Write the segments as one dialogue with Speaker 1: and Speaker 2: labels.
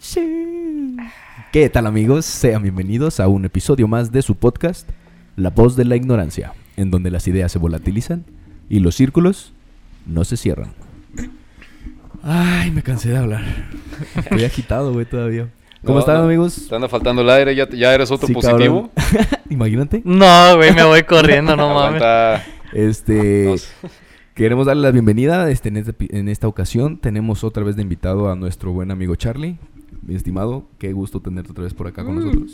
Speaker 1: Sí. ¿Qué tal amigos? Sean bienvenidos a un episodio más de su podcast, La voz de la ignorancia, en donde las ideas se volatilizan y los círculos no se cierran. Ay, me cansé de hablar. Estoy agitado, güey, todavía. ¿Cómo
Speaker 2: No,
Speaker 1: están
Speaker 2: no.
Speaker 1: amigos?
Speaker 2: Te anda faltando el aire, ya, ya eres otro
Speaker 1: Sí,
Speaker 2: positivo.
Speaker 1: cabrón. Imagínate.
Speaker 3: No, güey, me voy corriendo, no mames.
Speaker 2: Aguanta.
Speaker 1: Este...
Speaker 2: Nos-
Speaker 1: Queremos darle la bienvenida este, en, este pi- en esta ocasión. Tenemos otra vez de invitado a nuestro buen amigo Charlie. Mi estimado, qué gusto tenerte otra vez por acá con
Speaker 2: Mm.
Speaker 1: nosotros.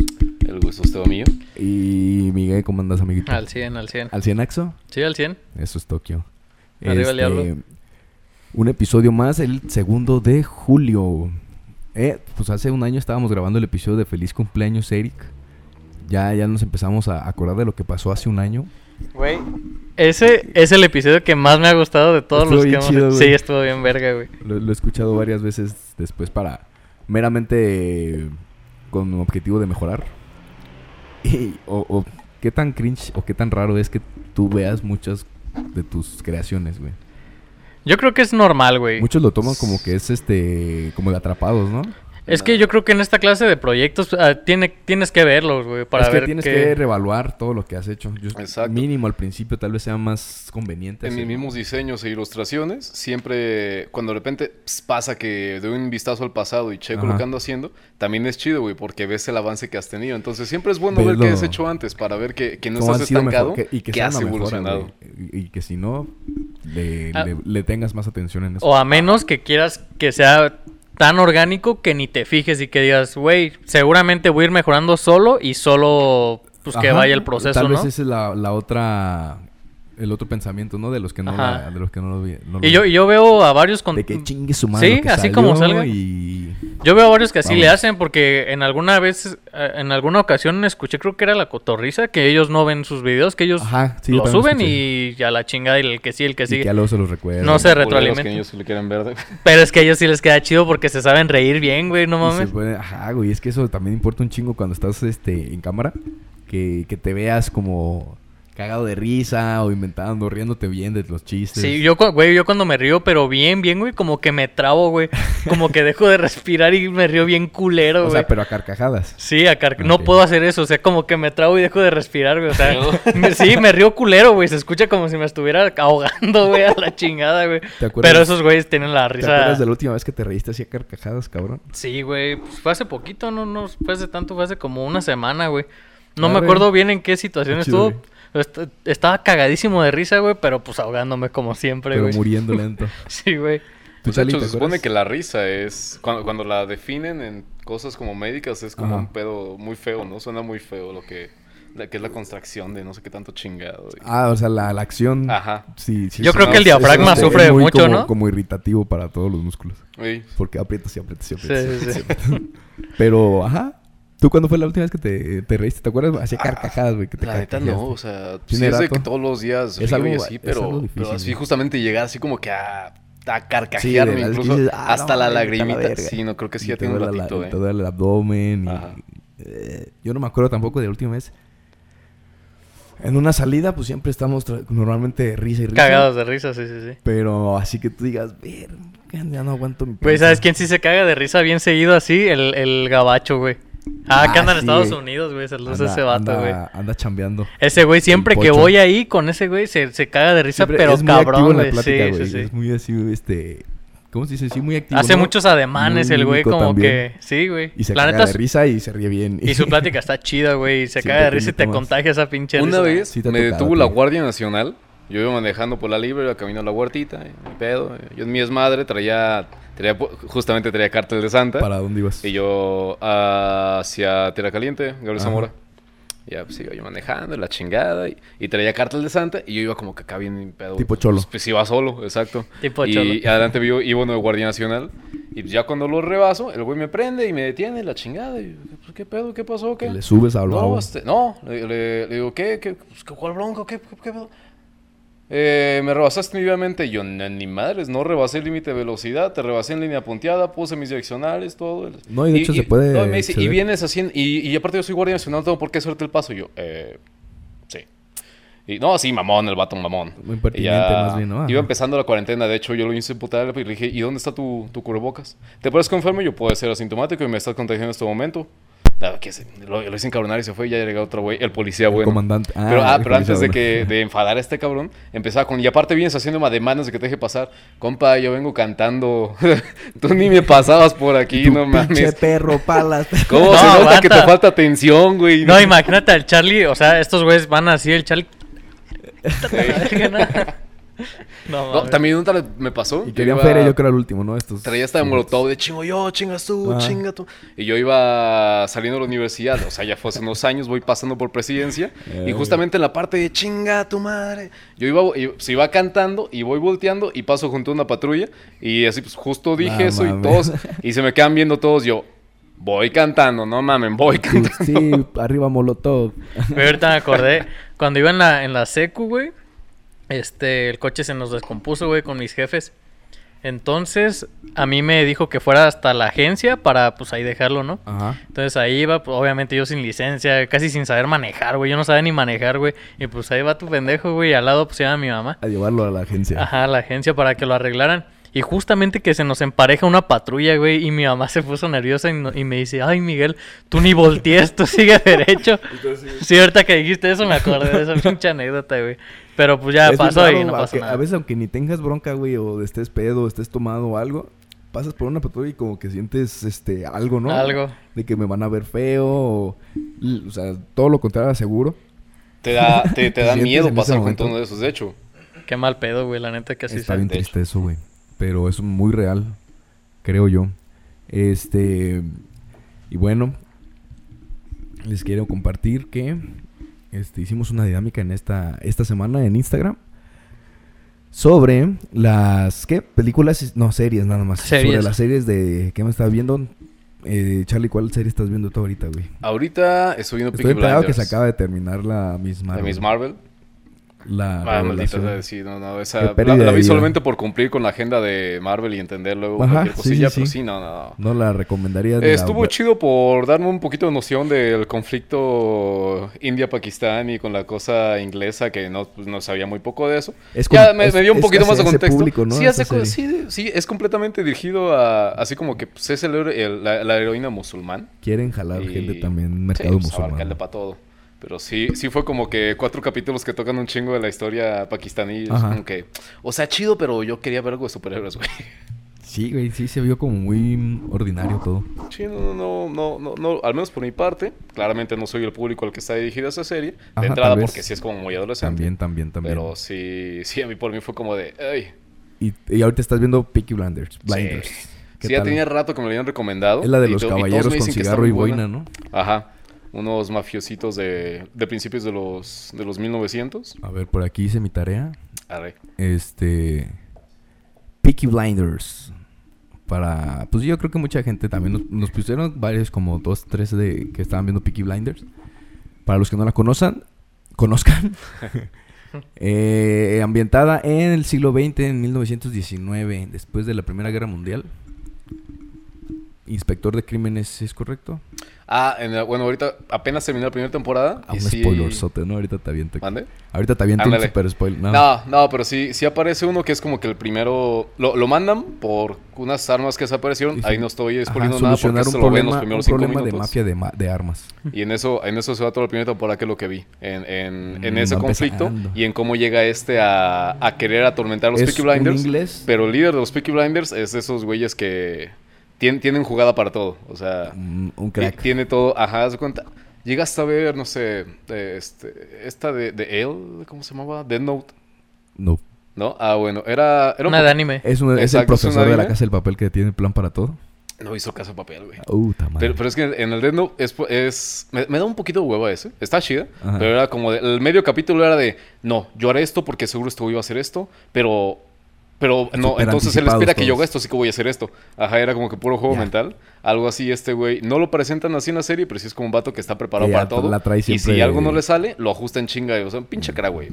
Speaker 2: El gusto es todo mío.
Speaker 1: Y Miguel, ¿cómo andas, amiguito?
Speaker 3: Al 100, al 100.
Speaker 1: ¿Al Cienaxo?
Speaker 3: Sí, al 100.
Speaker 1: Eso es Tokio. Este,
Speaker 3: Arriba el diablo.
Speaker 1: Un episodio más, el segundo de julio. Eh, pues hace un año estábamos grabando el episodio de Feliz Cumpleaños, Eric. Ya, ya nos empezamos a acordar de lo que pasó hace un año.
Speaker 3: Güey, ese es el episodio que más me ha gustado de todos
Speaker 1: Estuvo
Speaker 3: los que
Speaker 1: bien
Speaker 3: hemos
Speaker 1: chido, güey.
Speaker 3: Sí, estuvo bien verga, güey.
Speaker 1: Lo, lo he escuchado varias veces después para meramente eh, con objetivo de mejorar. Y, o, o qué tan cringe o qué tan raro es que tú veas muchas de tus creaciones, güey.
Speaker 3: Yo creo que es normal, güey.
Speaker 1: Muchos lo toman como que es este, como de atrapados, ¿no?
Speaker 3: Es que yo creo que en esta clase de proyectos ah, tiene, tienes que verlos, güey, para
Speaker 1: es que
Speaker 3: ver
Speaker 1: tienes
Speaker 3: qué-
Speaker 1: que... reevaluar todo lo que has hecho. Yo-
Speaker 2: Exacto.
Speaker 1: Mínimo al principio tal vez sea más conveniente.
Speaker 2: En mis
Speaker 1: hacer-
Speaker 2: mismos diseños e ilustraciones, siempre cuando de repente ps, pasa que doy un vistazo al pasado y checo lo
Speaker 1: Ajá.
Speaker 2: que ando haciendo, también es chido, güey, porque ves el avance que has tenido. Entonces siempre es bueno
Speaker 1: Ves
Speaker 2: ver qué
Speaker 1: lo-
Speaker 2: has hecho antes para ver que, que no
Speaker 1: cómo han
Speaker 2: estás
Speaker 1: sido mejor-
Speaker 2: estancado
Speaker 1: que- y que, sea
Speaker 2: has
Speaker 1: una mejora,
Speaker 2: evolucionado.
Speaker 1: güey. Y, y que si no, le,
Speaker 3: Ah. Oh,
Speaker 1: le- le tengas más atención en eso.
Speaker 3: O a menos que quieras que sea tan orgánico que ni te fijes y que digas, güey, seguramente voy a ir mejorando solo y solo pues que
Speaker 1: Ajá.
Speaker 3: vaya el proceso,
Speaker 1: Tal
Speaker 3: ¿no?
Speaker 1: vez esa es la, la otra... El otro pensamiento, ¿no? De los que no,
Speaker 3: Ajá.
Speaker 1: la- de los que no lo vi. no lo
Speaker 3: Y yo,
Speaker 1: vi.
Speaker 3: y yo veo a varios con...
Speaker 1: De que chingue su madre
Speaker 3: Sí,
Speaker 1: lo que
Speaker 3: así
Speaker 1: salió
Speaker 3: como salga.
Speaker 1: Y...
Speaker 3: Yo veo a varios que así le
Speaker 1: Vamos.
Speaker 3: hacen porque en alguna vez, eh, en alguna ocasión escuché, creo que era la cotorriza, que ellos no ven sus videos, que ellos
Speaker 1: Ajá, sí, yo
Speaker 3: lo
Speaker 1: también
Speaker 3: suben
Speaker 1: escuché.
Speaker 3: y a la chingada y el que sí, el que
Speaker 1: Y
Speaker 3: sigue.
Speaker 1: que a luego se los recuerda.
Speaker 3: No
Speaker 2: Por
Speaker 3: se
Speaker 2: los que
Speaker 3: retroalimenta.
Speaker 2: ellos sí le quieren ver. güey.
Speaker 3: Pero es que a ellos sí les queda chido porque se saben reír bien, güey,
Speaker 1: Y
Speaker 3: no
Speaker 1: se
Speaker 3: mames.
Speaker 1: puede- ajá, güey, es que eso también importa un chingo cuando estás este, en cámara. Que, que te veas como cagado de risa o inventando, riéndote bien de los chistes.
Speaker 3: Sí, yo, cu- güey, yo cuando me río, pero bien, bien, güey, como que me trabo, güey. Como que dejo de respirar y me río bien culero,
Speaker 1: O
Speaker 3: güey.
Speaker 1: sea, pero a carcajadas.
Speaker 3: Sí, a car- no
Speaker 1: Ok.
Speaker 3: puedo hacer eso, o sea, como que me trabo y dejo de respirar, güey. O sea, me- sí, me río culero, güey. Se escucha como si me estuviera ahogando, güey, a la chingada, güey.
Speaker 1: ¿Te acuerdas?
Speaker 3: Pero esos güeyes tienen la
Speaker 1: ¿Te acuerdas
Speaker 3: risa.
Speaker 1: de la última vez que te reíste así a carcajadas, cabrón?
Speaker 3: Sí, güey. Pues fue hace poquito, no, no, fue hace tanto, fue hace como una semana, güey. No me
Speaker 1: Arre.
Speaker 3: acuerdo bien en qué situación
Speaker 1: Qué chido,
Speaker 3: estuvo. Est- Estaba cagadísimo de risa, güey, pero pues ahogándome como siempre,
Speaker 1: Pero
Speaker 3: güey.
Speaker 1: muriendo lento.
Speaker 3: Sí, güey.
Speaker 1: ¿Tú,
Speaker 2: Pues, de
Speaker 1: Charlie,
Speaker 2: hecho,
Speaker 1: te
Speaker 2: se supone
Speaker 1: acuerdas?
Speaker 2: que la risa es. Cuando, cuando la definen en cosas como médicas, es como
Speaker 1: Ajá.
Speaker 2: un pedo muy feo, ¿no? Suena muy feo lo que. la- que es la contracción de no sé qué tanto chingado. y-
Speaker 1: Ah, o sea, la, la acción.
Speaker 2: Ajá.
Speaker 1: Sí, sí,
Speaker 3: Yo
Speaker 1: sí.
Speaker 3: creo que el
Speaker 2: no, eso
Speaker 3: diafragma
Speaker 2: no,
Speaker 1: Es
Speaker 3: sufre
Speaker 1: muy
Speaker 3: mucho,
Speaker 1: como-
Speaker 3: ¿no?
Speaker 1: Como irritativo para todos los músculos.
Speaker 2: Uy,
Speaker 1: Porque aprietas y aprietas y
Speaker 3: Sí,
Speaker 1: aprietas.
Speaker 3: sí, sí.
Speaker 1: Pero, ajá. ¿Tú cuándo fue la última vez que te, te reíste? ¿Te acuerdas? Hacía
Speaker 2: Ah,
Speaker 1: carcajadas, güey. que te
Speaker 2: La neta
Speaker 1: carcajeaste.
Speaker 2: no, o sea, sí
Speaker 1: Tiene
Speaker 2: es de que
Speaker 1: rato.
Speaker 2: todos los días
Speaker 1: Es
Speaker 2: río y
Speaker 1: algo-
Speaker 2: así,
Speaker 1: es
Speaker 2: pero,
Speaker 1: algo
Speaker 2: pero
Speaker 1: difícil,
Speaker 2: así
Speaker 1: güey.
Speaker 2: justamente llegar así como que a, a
Speaker 1: Sí, de
Speaker 2: carcajearme,
Speaker 1: las que
Speaker 2: incluso
Speaker 1: dices, "Ah,
Speaker 2: hasta
Speaker 1: no
Speaker 2: la
Speaker 1: mames, vete a
Speaker 2: lagrimita.
Speaker 1: verga".
Speaker 2: sí, no, creo que sí
Speaker 1: Y
Speaker 2: ya
Speaker 1: te
Speaker 2: tiene un
Speaker 1: duele la-
Speaker 2: ratito,
Speaker 1: y
Speaker 2: ¿eh?
Speaker 1: Te duele el abdomen. y,
Speaker 2: Ajá.
Speaker 1: eh, yo no me acuerdo tampoco de la última vez. En una salida, pues siempre estamos tra- normalmente risa y risa.
Speaker 3: Cagados de risa, sí, sí, sí.
Speaker 1: Pero así que tú digas, ver, ya no aguanto mi
Speaker 3: Güey,
Speaker 1: panza".
Speaker 3: ¿sabes quién sí se caga de risa bien seguido así? El, el gabacho, güey. Ah, que
Speaker 1: Ah,
Speaker 3: anda en
Speaker 1: sí,
Speaker 3: Estados
Speaker 1: güey.
Speaker 3: Unidos, güey. Saludos a
Speaker 1: Anda-
Speaker 3: ese vato,
Speaker 1: anda-
Speaker 3: güey.
Speaker 1: Anda chambeando.
Speaker 3: Ese güey, siempre
Speaker 1: El
Speaker 3: que
Speaker 1: pocho.
Speaker 3: voy ahí con ese güey, se, se caga de risa,
Speaker 1: Siempre
Speaker 3: pero
Speaker 1: es muy activo
Speaker 3: cabrón,
Speaker 1: en la
Speaker 3: güey.
Speaker 1: plática,
Speaker 3: Sí,
Speaker 1: güey.
Speaker 3: sí, sí.
Speaker 1: Es muy así, este... ¿Cómo se dice? Sí, muy activo.
Speaker 3: Hace
Speaker 1: ¿no?
Speaker 3: muchos ademanes
Speaker 1: Muy
Speaker 3: el güey,
Speaker 1: mímico
Speaker 3: como
Speaker 1: también.
Speaker 3: que. Sí, güey.
Speaker 1: Y se
Speaker 3: La
Speaker 1: caga
Speaker 3: neta,
Speaker 1: de
Speaker 3: su-
Speaker 1: risa y se ríe bien.
Speaker 3: Y su plática está chida, güey. Y se
Speaker 1: Siempre
Speaker 3: caga de
Speaker 1: te
Speaker 3: risa y te
Speaker 1: mete más.
Speaker 3: contagia esa pinche risa.
Speaker 2: Una vez
Speaker 1: Sí te ha
Speaker 2: me
Speaker 1: tocado,
Speaker 2: detuvo la
Speaker 1: tío.
Speaker 2: Guardia Nacional. Yo iba manejando por la libre, camino a la huertita, eh, mi pedo. eh, Yo en mi desmadre traía, traía, pu- justamente traía cartel de Santa.
Speaker 1: ¿Para dónde ibas?
Speaker 2: Y yo ah, hacia Tierra Caliente, Gabriel
Speaker 1: Ajá.
Speaker 2: Zamora. Ya pues iba yo manejando, la chingada. Y, y traía cartel de Santa y yo iba como que acá bien pedo.
Speaker 1: Tipo
Speaker 2: pues,
Speaker 1: cholo.
Speaker 2: Pues, iba solo, exacto.
Speaker 3: Tipo
Speaker 2: y,
Speaker 3: cholo.
Speaker 2: Y adelante vio- iba uno de Guardia Nacional. Y pues, ya cuando lo rebaso, el güey me prende y me detiene la chingada. Y, yo, pues, ¿Qué pedo? ¿Qué pasó? ¿Qué?
Speaker 1: Que le subes al
Speaker 2: No,
Speaker 1: babo.
Speaker 2: este, no, le, le- le digo, ¿qué? ¿Qué? Pues, ¿qué- ¿Cuál bronco? ¿Qué? ¿Qué? qué pedo? Eh, me rebasaste nuevamente. Y Yo, "No, ni madres, no rebasé el límite de velocidad, te rebasé en línea punteada, puse mis direccionales, todo. el-
Speaker 1: No, y de hecho se puede
Speaker 2: no, y me dice, y
Speaker 1: acceder.
Speaker 2: vienes así, en- y, y aparte yo soy guardia nacional, no tengo por qué hacerte el paso. Y yo, eh, sí. Y, no, sí, mamón, el vato mamón.
Speaker 1: Muy
Speaker 2: Y
Speaker 1: pertinente,
Speaker 2: ya
Speaker 1: más bien, ¿no? Ajá.
Speaker 2: Iba empezando la cuarentena, de hecho, yo lo hice putar y le dije, ¿y dónde está tu, tu cubrebocas? ¿Te pones enfermo? Yo puedo ser asintomático y me estás contagiando en este momento. Nada, que se- Lo, lo hice encabronar y se fue y ya llegó otro güey, el policía bueno.
Speaker 1: comandante. Ah,
Speaker 2: pero, ah,
Speaker 1: el
Speaker 2: pero
Speaker 1: policía
Speaker 2: antes de,
Speaker 1: bueno.
Speaker 2: que, de enfadar a este cabrón, empezaba con, y aparte vienes haciéndome demandas de que te deje pasar. Compa, yo vengo cantando. Tú ni me pasabas por aquí,
Speaker 1: Tu
Speaker 2: no
Speaker 1: pinche
Speaker 2: mames.
Speaker 1: perro, palas.
Speaker 2: ¿Cómo
Speaker 3: No,
Speaker 2: se nota que te
Speaker 3: aguanta.
Speaker 2: falta atención, güey?
Speaker 3: No, imagínate al Charlie, o sea, estos güeyes van así, el Charlie. no,
Speaker 2: No,
Speaker 3: mames.
Speaker 2: también nunca me pasó.
Speaker 1: y
Speaker 2: Yo
Speaker 1: querían
Speaker 2: iba-
Speaker 1: feria, yo creo, al último, ¿no? Estos.
Speaker 2: Traía esta de molotov de chingo yo, chingas tú,
Speaker 1: Ah.
Speaker 2: chinga tú. Y yo iba saliendo de la universidad, o sea, ya fue hace unos años, voy pasando por presidencia.
Speaker 1: Eh.
Speaker 2: y justamente en la parte de chinga tu madre, yo iba, y- se iba cantando y voy volteando y paso junto a una patrulla. Y así, pues justo dije
Speaker 1: No
Speaker 2: eso y
Speaker 1: mames.
Speaker 2: todos, y se me quedan viendo todos. Yo, voy cantando, no mamen, voy cantando.
Speaker 1: Pues Sí, arriba molotov.
Speaker 3: Pero ahorita me acordé, cuando iba en la, en la secu, güey, este, el coche se nos descompuso, güey, con mis jefes. Entonces, a mí me dijo que fuera hasta la agencia para, pues, ahí dejarlo, ¿no?
Speaker 1: Ajá.
Speaker 3: Entonces ahí iba, pues, obviamente yo sin licencia, casi sin saber manejar, güey. Yo no sabía ni manejar, güey. Y pues ahí va tu pendejo, güey. Y al lado, pues, iba mi mamá.
Speaker 1: A llevarlo a la agencia.
Speaker 3: Ajá, a la agencia para que lo arreglaran. Y justamente que se nos empareja una patrulla, güey, y mi mamá se puso nerviosa y, no- y me dice, ay, Miguel, tú ni voltees, tú sigue derecho. sí, ahorita que dijiste eso me acordé de esa pinche anécdota, güey. Pero pues ya
Speaker 1: Es bien
Speaker 3: pasó
Speaker 1: raro,
Speaker 3: y no
Speaker 1: a-
Speaker 3: pasó
Speaker 1: que-
Speaker 3: nada.
Speaker 1: A veces, aunque ni tengas bronca, güey, o estés pedo, o estés tomado o algo, pasas por una patrulla y como que sientes este algo, ¿no?
Speaker 3: Algo.
Speaker 1: De que me van a ver feo, o, l- o sea, todo lo contrario a seguro.
Speaker 2: Te da, te, te da
Speaker 1: Sientes en
Speaker 2: miedo
Speaker 1: ese
Speaker 2: pasar
Speaker 1: momento.
Speaker 2: junto a uno de esos, de hecho.
Speaker 3: Qué mal pedo, güey, la neta que así
Speaker 1: Está
Speaker 3: sea.
Speaker 1: bien
Speaker 2: de hecho.
Speaker 1: triste eso, güey. Pero es muy real, creo yo. Este. Y bueno, les quiero compartir que este, hicimos una dinámica en esta, esta semana en Instagram sobre las ¿qué? películas, y- no series nada más. Sobre
Speaker 3: Series.
Speaker 1: las series de ¿qué me estás viendo. Eh, Charlie, ¿cuál serie estás viendo tú ahorita, güey?
Speaker 2: Ahorita estoy viendo
Speaker 1: Estoy
Speaker 2: Peaky
Speaker 1: empleado que
Speaker 2: Blinders.
Speaker 1: se acaba de terminar la misma.
Speaker 2: de Miss Marvel.
Speaker 1: La
Speaker 2: Ah, maldita,
Speaker 1: revelación.
Speaker 2: sea, sí, no, no, esa-
Speaker 1: Qué pérdida
Speaker 2: la, la
Speaker 1: de
Speaker 2: vi
Speaker 1: vida.
Speaker 2: solamente por cumplir con la agenda de Marvel y entender luego
Speaker 1: Ajá,
Speaker 2: cualquier
Speaker 1: sí,
Speaker 2: cosilla,
Speaker 1: sí,
Speaker 2: pero
Speaker 1: sí.
Speaker 2: sí, no, no, no.
Speaker 1: No la recomendarías. ni la-
Speaker 2: Estuvo chido por darme un poquito de noción del conflicto India-Pakistán y con la cosa inglesa, que no, pues, no sabía muy poco de eso.
Speaker 1: Es
Speaker 2: ya
Speaker 1: como-
Speaker 2: me,
Speaker 1: es-
Speaker 2: me dio un
Speaker 1: es
Speaker 2: poquito más de
Speaker 1: hacia ese
Speaker 2: contexto.
Speaker 1: público, ¿no?
Speaker 2: sí,
Speaker 1: Esa
Speaker 2: hace co-
Speaker 1: serie.
Speaker 2: sí, sí, es completamente dirigido a, así como que pues, es el héroe- el- la, la heroína musulmán.
Speaker 1: Quieren jalar gente
Speaker 2: Y-
Speaker 1: también, mercado
Speaker 2: sí, pues,
Speaker 1: musulmán.
Speaker 2: abarcarle pa' todo. Pero sí, sí fue como que cuatro capítulos que tocan un chingo de la historia pakistaní. Es
Speaker 1: Ajá.
Speaker 2: como que, o sea, chido, pero yo quería ver algo de superhéroes, güey.
Speaker 1: Sí, güey, sí se vio como muy mm, ordinario todo.
Speaker 2: Sí, no, no, no, no, no, al menos por mi parte. Claramente no soy el público al que está dirigida esa serie. De
Speaker 1: Ajá,
Speaker 2: entrada,
Speaker 1: tal vez.
Speaker 2: porque sí es como muy adolescente.
Speaker 1: También, también, también.
Speaker 2: Pero sí, sí, a mí por mí fue como de, ay.
Speaker 1: Y, y ahorita estás viendo Peaky Blinders. Blinders. ¿Qué
Speaker 2: Sí, ya
Speaker 1: tal?
Speaker 2: tenía rato que me lo habían recomendado.
Speaker 1: Es la de
Speaker 2: y
Speaker 1: los
Speaker 2: to- y todos me
Speaker 1: caballeros con
Speaker 2: dicen que está
Speaker 1: cigarro
Speaker 2: muy
Speaker 1: y boina,
Speaker 2: buena.
Speaker 1: ¿no?
Speaker 2: Ajá. Unos mafiositos de, de principios de los, de los 1900.
Speaker 1: A ver, por aquí hice mi tarea.
Speaker 2: Arre.
Speaker 1: Este. Peaky Blinders. Para. Pues yo creo que mucha gente también nos, nos pusieron varios, como dos, tres de que estaban viendo Peaky Blinders. Para los que no la conozcan, conozcan. Eh, ambientada en el siglo XX, en 1919, después de la Primera Guerra Mundial. Inspector de crímenes, ¿es correcto?
Speaker 2: Ah, en la- bueno, ahorita apenas terminó la primera temporada.
Speaker 1: A
Speaker 2: y
Speaker 1: Ah, un
Speaker 2: sí-
Speaker 1: spoilerzote, ¿no? Ahorita te aviento.
Speaker 2: ¿Mande?
Speaker 1: Ahorita te aviento un
Speaker 2: Ándale.
Speaker 1: super spoiler. No.
Speaker 2: No. no, pero sí, sí aparece uno que es como que el primero. Lo, lo mandan por unas armas que desaparecieron.
Speaker 1: Sí, sí.
Speaker 2: Ahí no estoy
Speaker 1: Ajá,
Speaker 2: exponiendo nada porque
Speaker 1: solucionar
Speaker 2: se
Speaker 1: un
Speaker 2: lo ven
Speaker 1: problema,
Speaker 2: los
Speaker 1: un
Speaker 2: primeros cinco
Speaker 1: problema de
Speaker 2: minutos.
Speaker 1: mafia de, ma- de armas.
Speaker 2: Y en eso, en eso se va toda la primera temporada, que es lo que vi. En, en- en
Speaker 1: Mm,
Speaker 2: ese
Speaker 1: va
Speaker 2: conflicto
Speaker 1: empezando.
Speaker 2: y en cómo llega este a, a querer atormentar a los
Speaker 1: Es
Speaker 2: Peaky
Speaker 1: un
Speaker 2: Blinders.
Speaker 1: inglés.
Speaker 2: Pero el líder de los Peaky Blinders es esos güeyes que tien- tienen jugada para todo. O sea.
Speaker 1: Mm, un
Speaker 2: Ti-
Speaker 1: crack.
Speaker 2: Tiene todo, ajá, haz de cuenta. Llegaste a ver, no sé, eh, este, esta de, de él, ¿cómo se llamaba? Dead Note,
Speaker 1: No.
Speaker 2: ¿no? Ah, bueno, era... era un
Speaker 3: Una de
Speaker 2: po-
Speaker 3: anime.
Speaker 1: pues, Es, un- es el
Speaker 2: Exacto, es un
Speaker 1: profesor de la
Speaker 2: anime.
Speaker 1: casa del papel que tiene plan para todo.
Speaker 2: No hizo caso al papel, güey.
Speaker 1: Uh, ta madre.
Speaker 2: Pero, pero es que en el Dead Note es... es- me, me da un poquito de hueva ese. Está chida.
Speaker 1: Ajá.
Speaker 2: Pero era como... de- el medio capítulo era de... No, yo haré esto porque seguro este güey va a hacer esto. Pero... Pero no,
Speaker 1: Súper
Speaker 2: entonces él
Speaker 1: anticipados
Speaker 2: espera que yo
Speaker 1: todos.
Speaker 2: haga esto, así que voy a hacer esto. Ajá, era como que puro juego
Speaker 1: Ya.
Speaker 2: mental. Algo así, este güey. No lo presentan así en la serie, pero sí es como un vato que está preparado
Speaker 1: Que ya
Speaker 2: para todo.
Speaker 1: la trae
Speaker 2: y si
Speaker 1: siempre-
Speaker 2: algo no le sale, lo ajusta en chinga. O sea, un pinche crack, güey.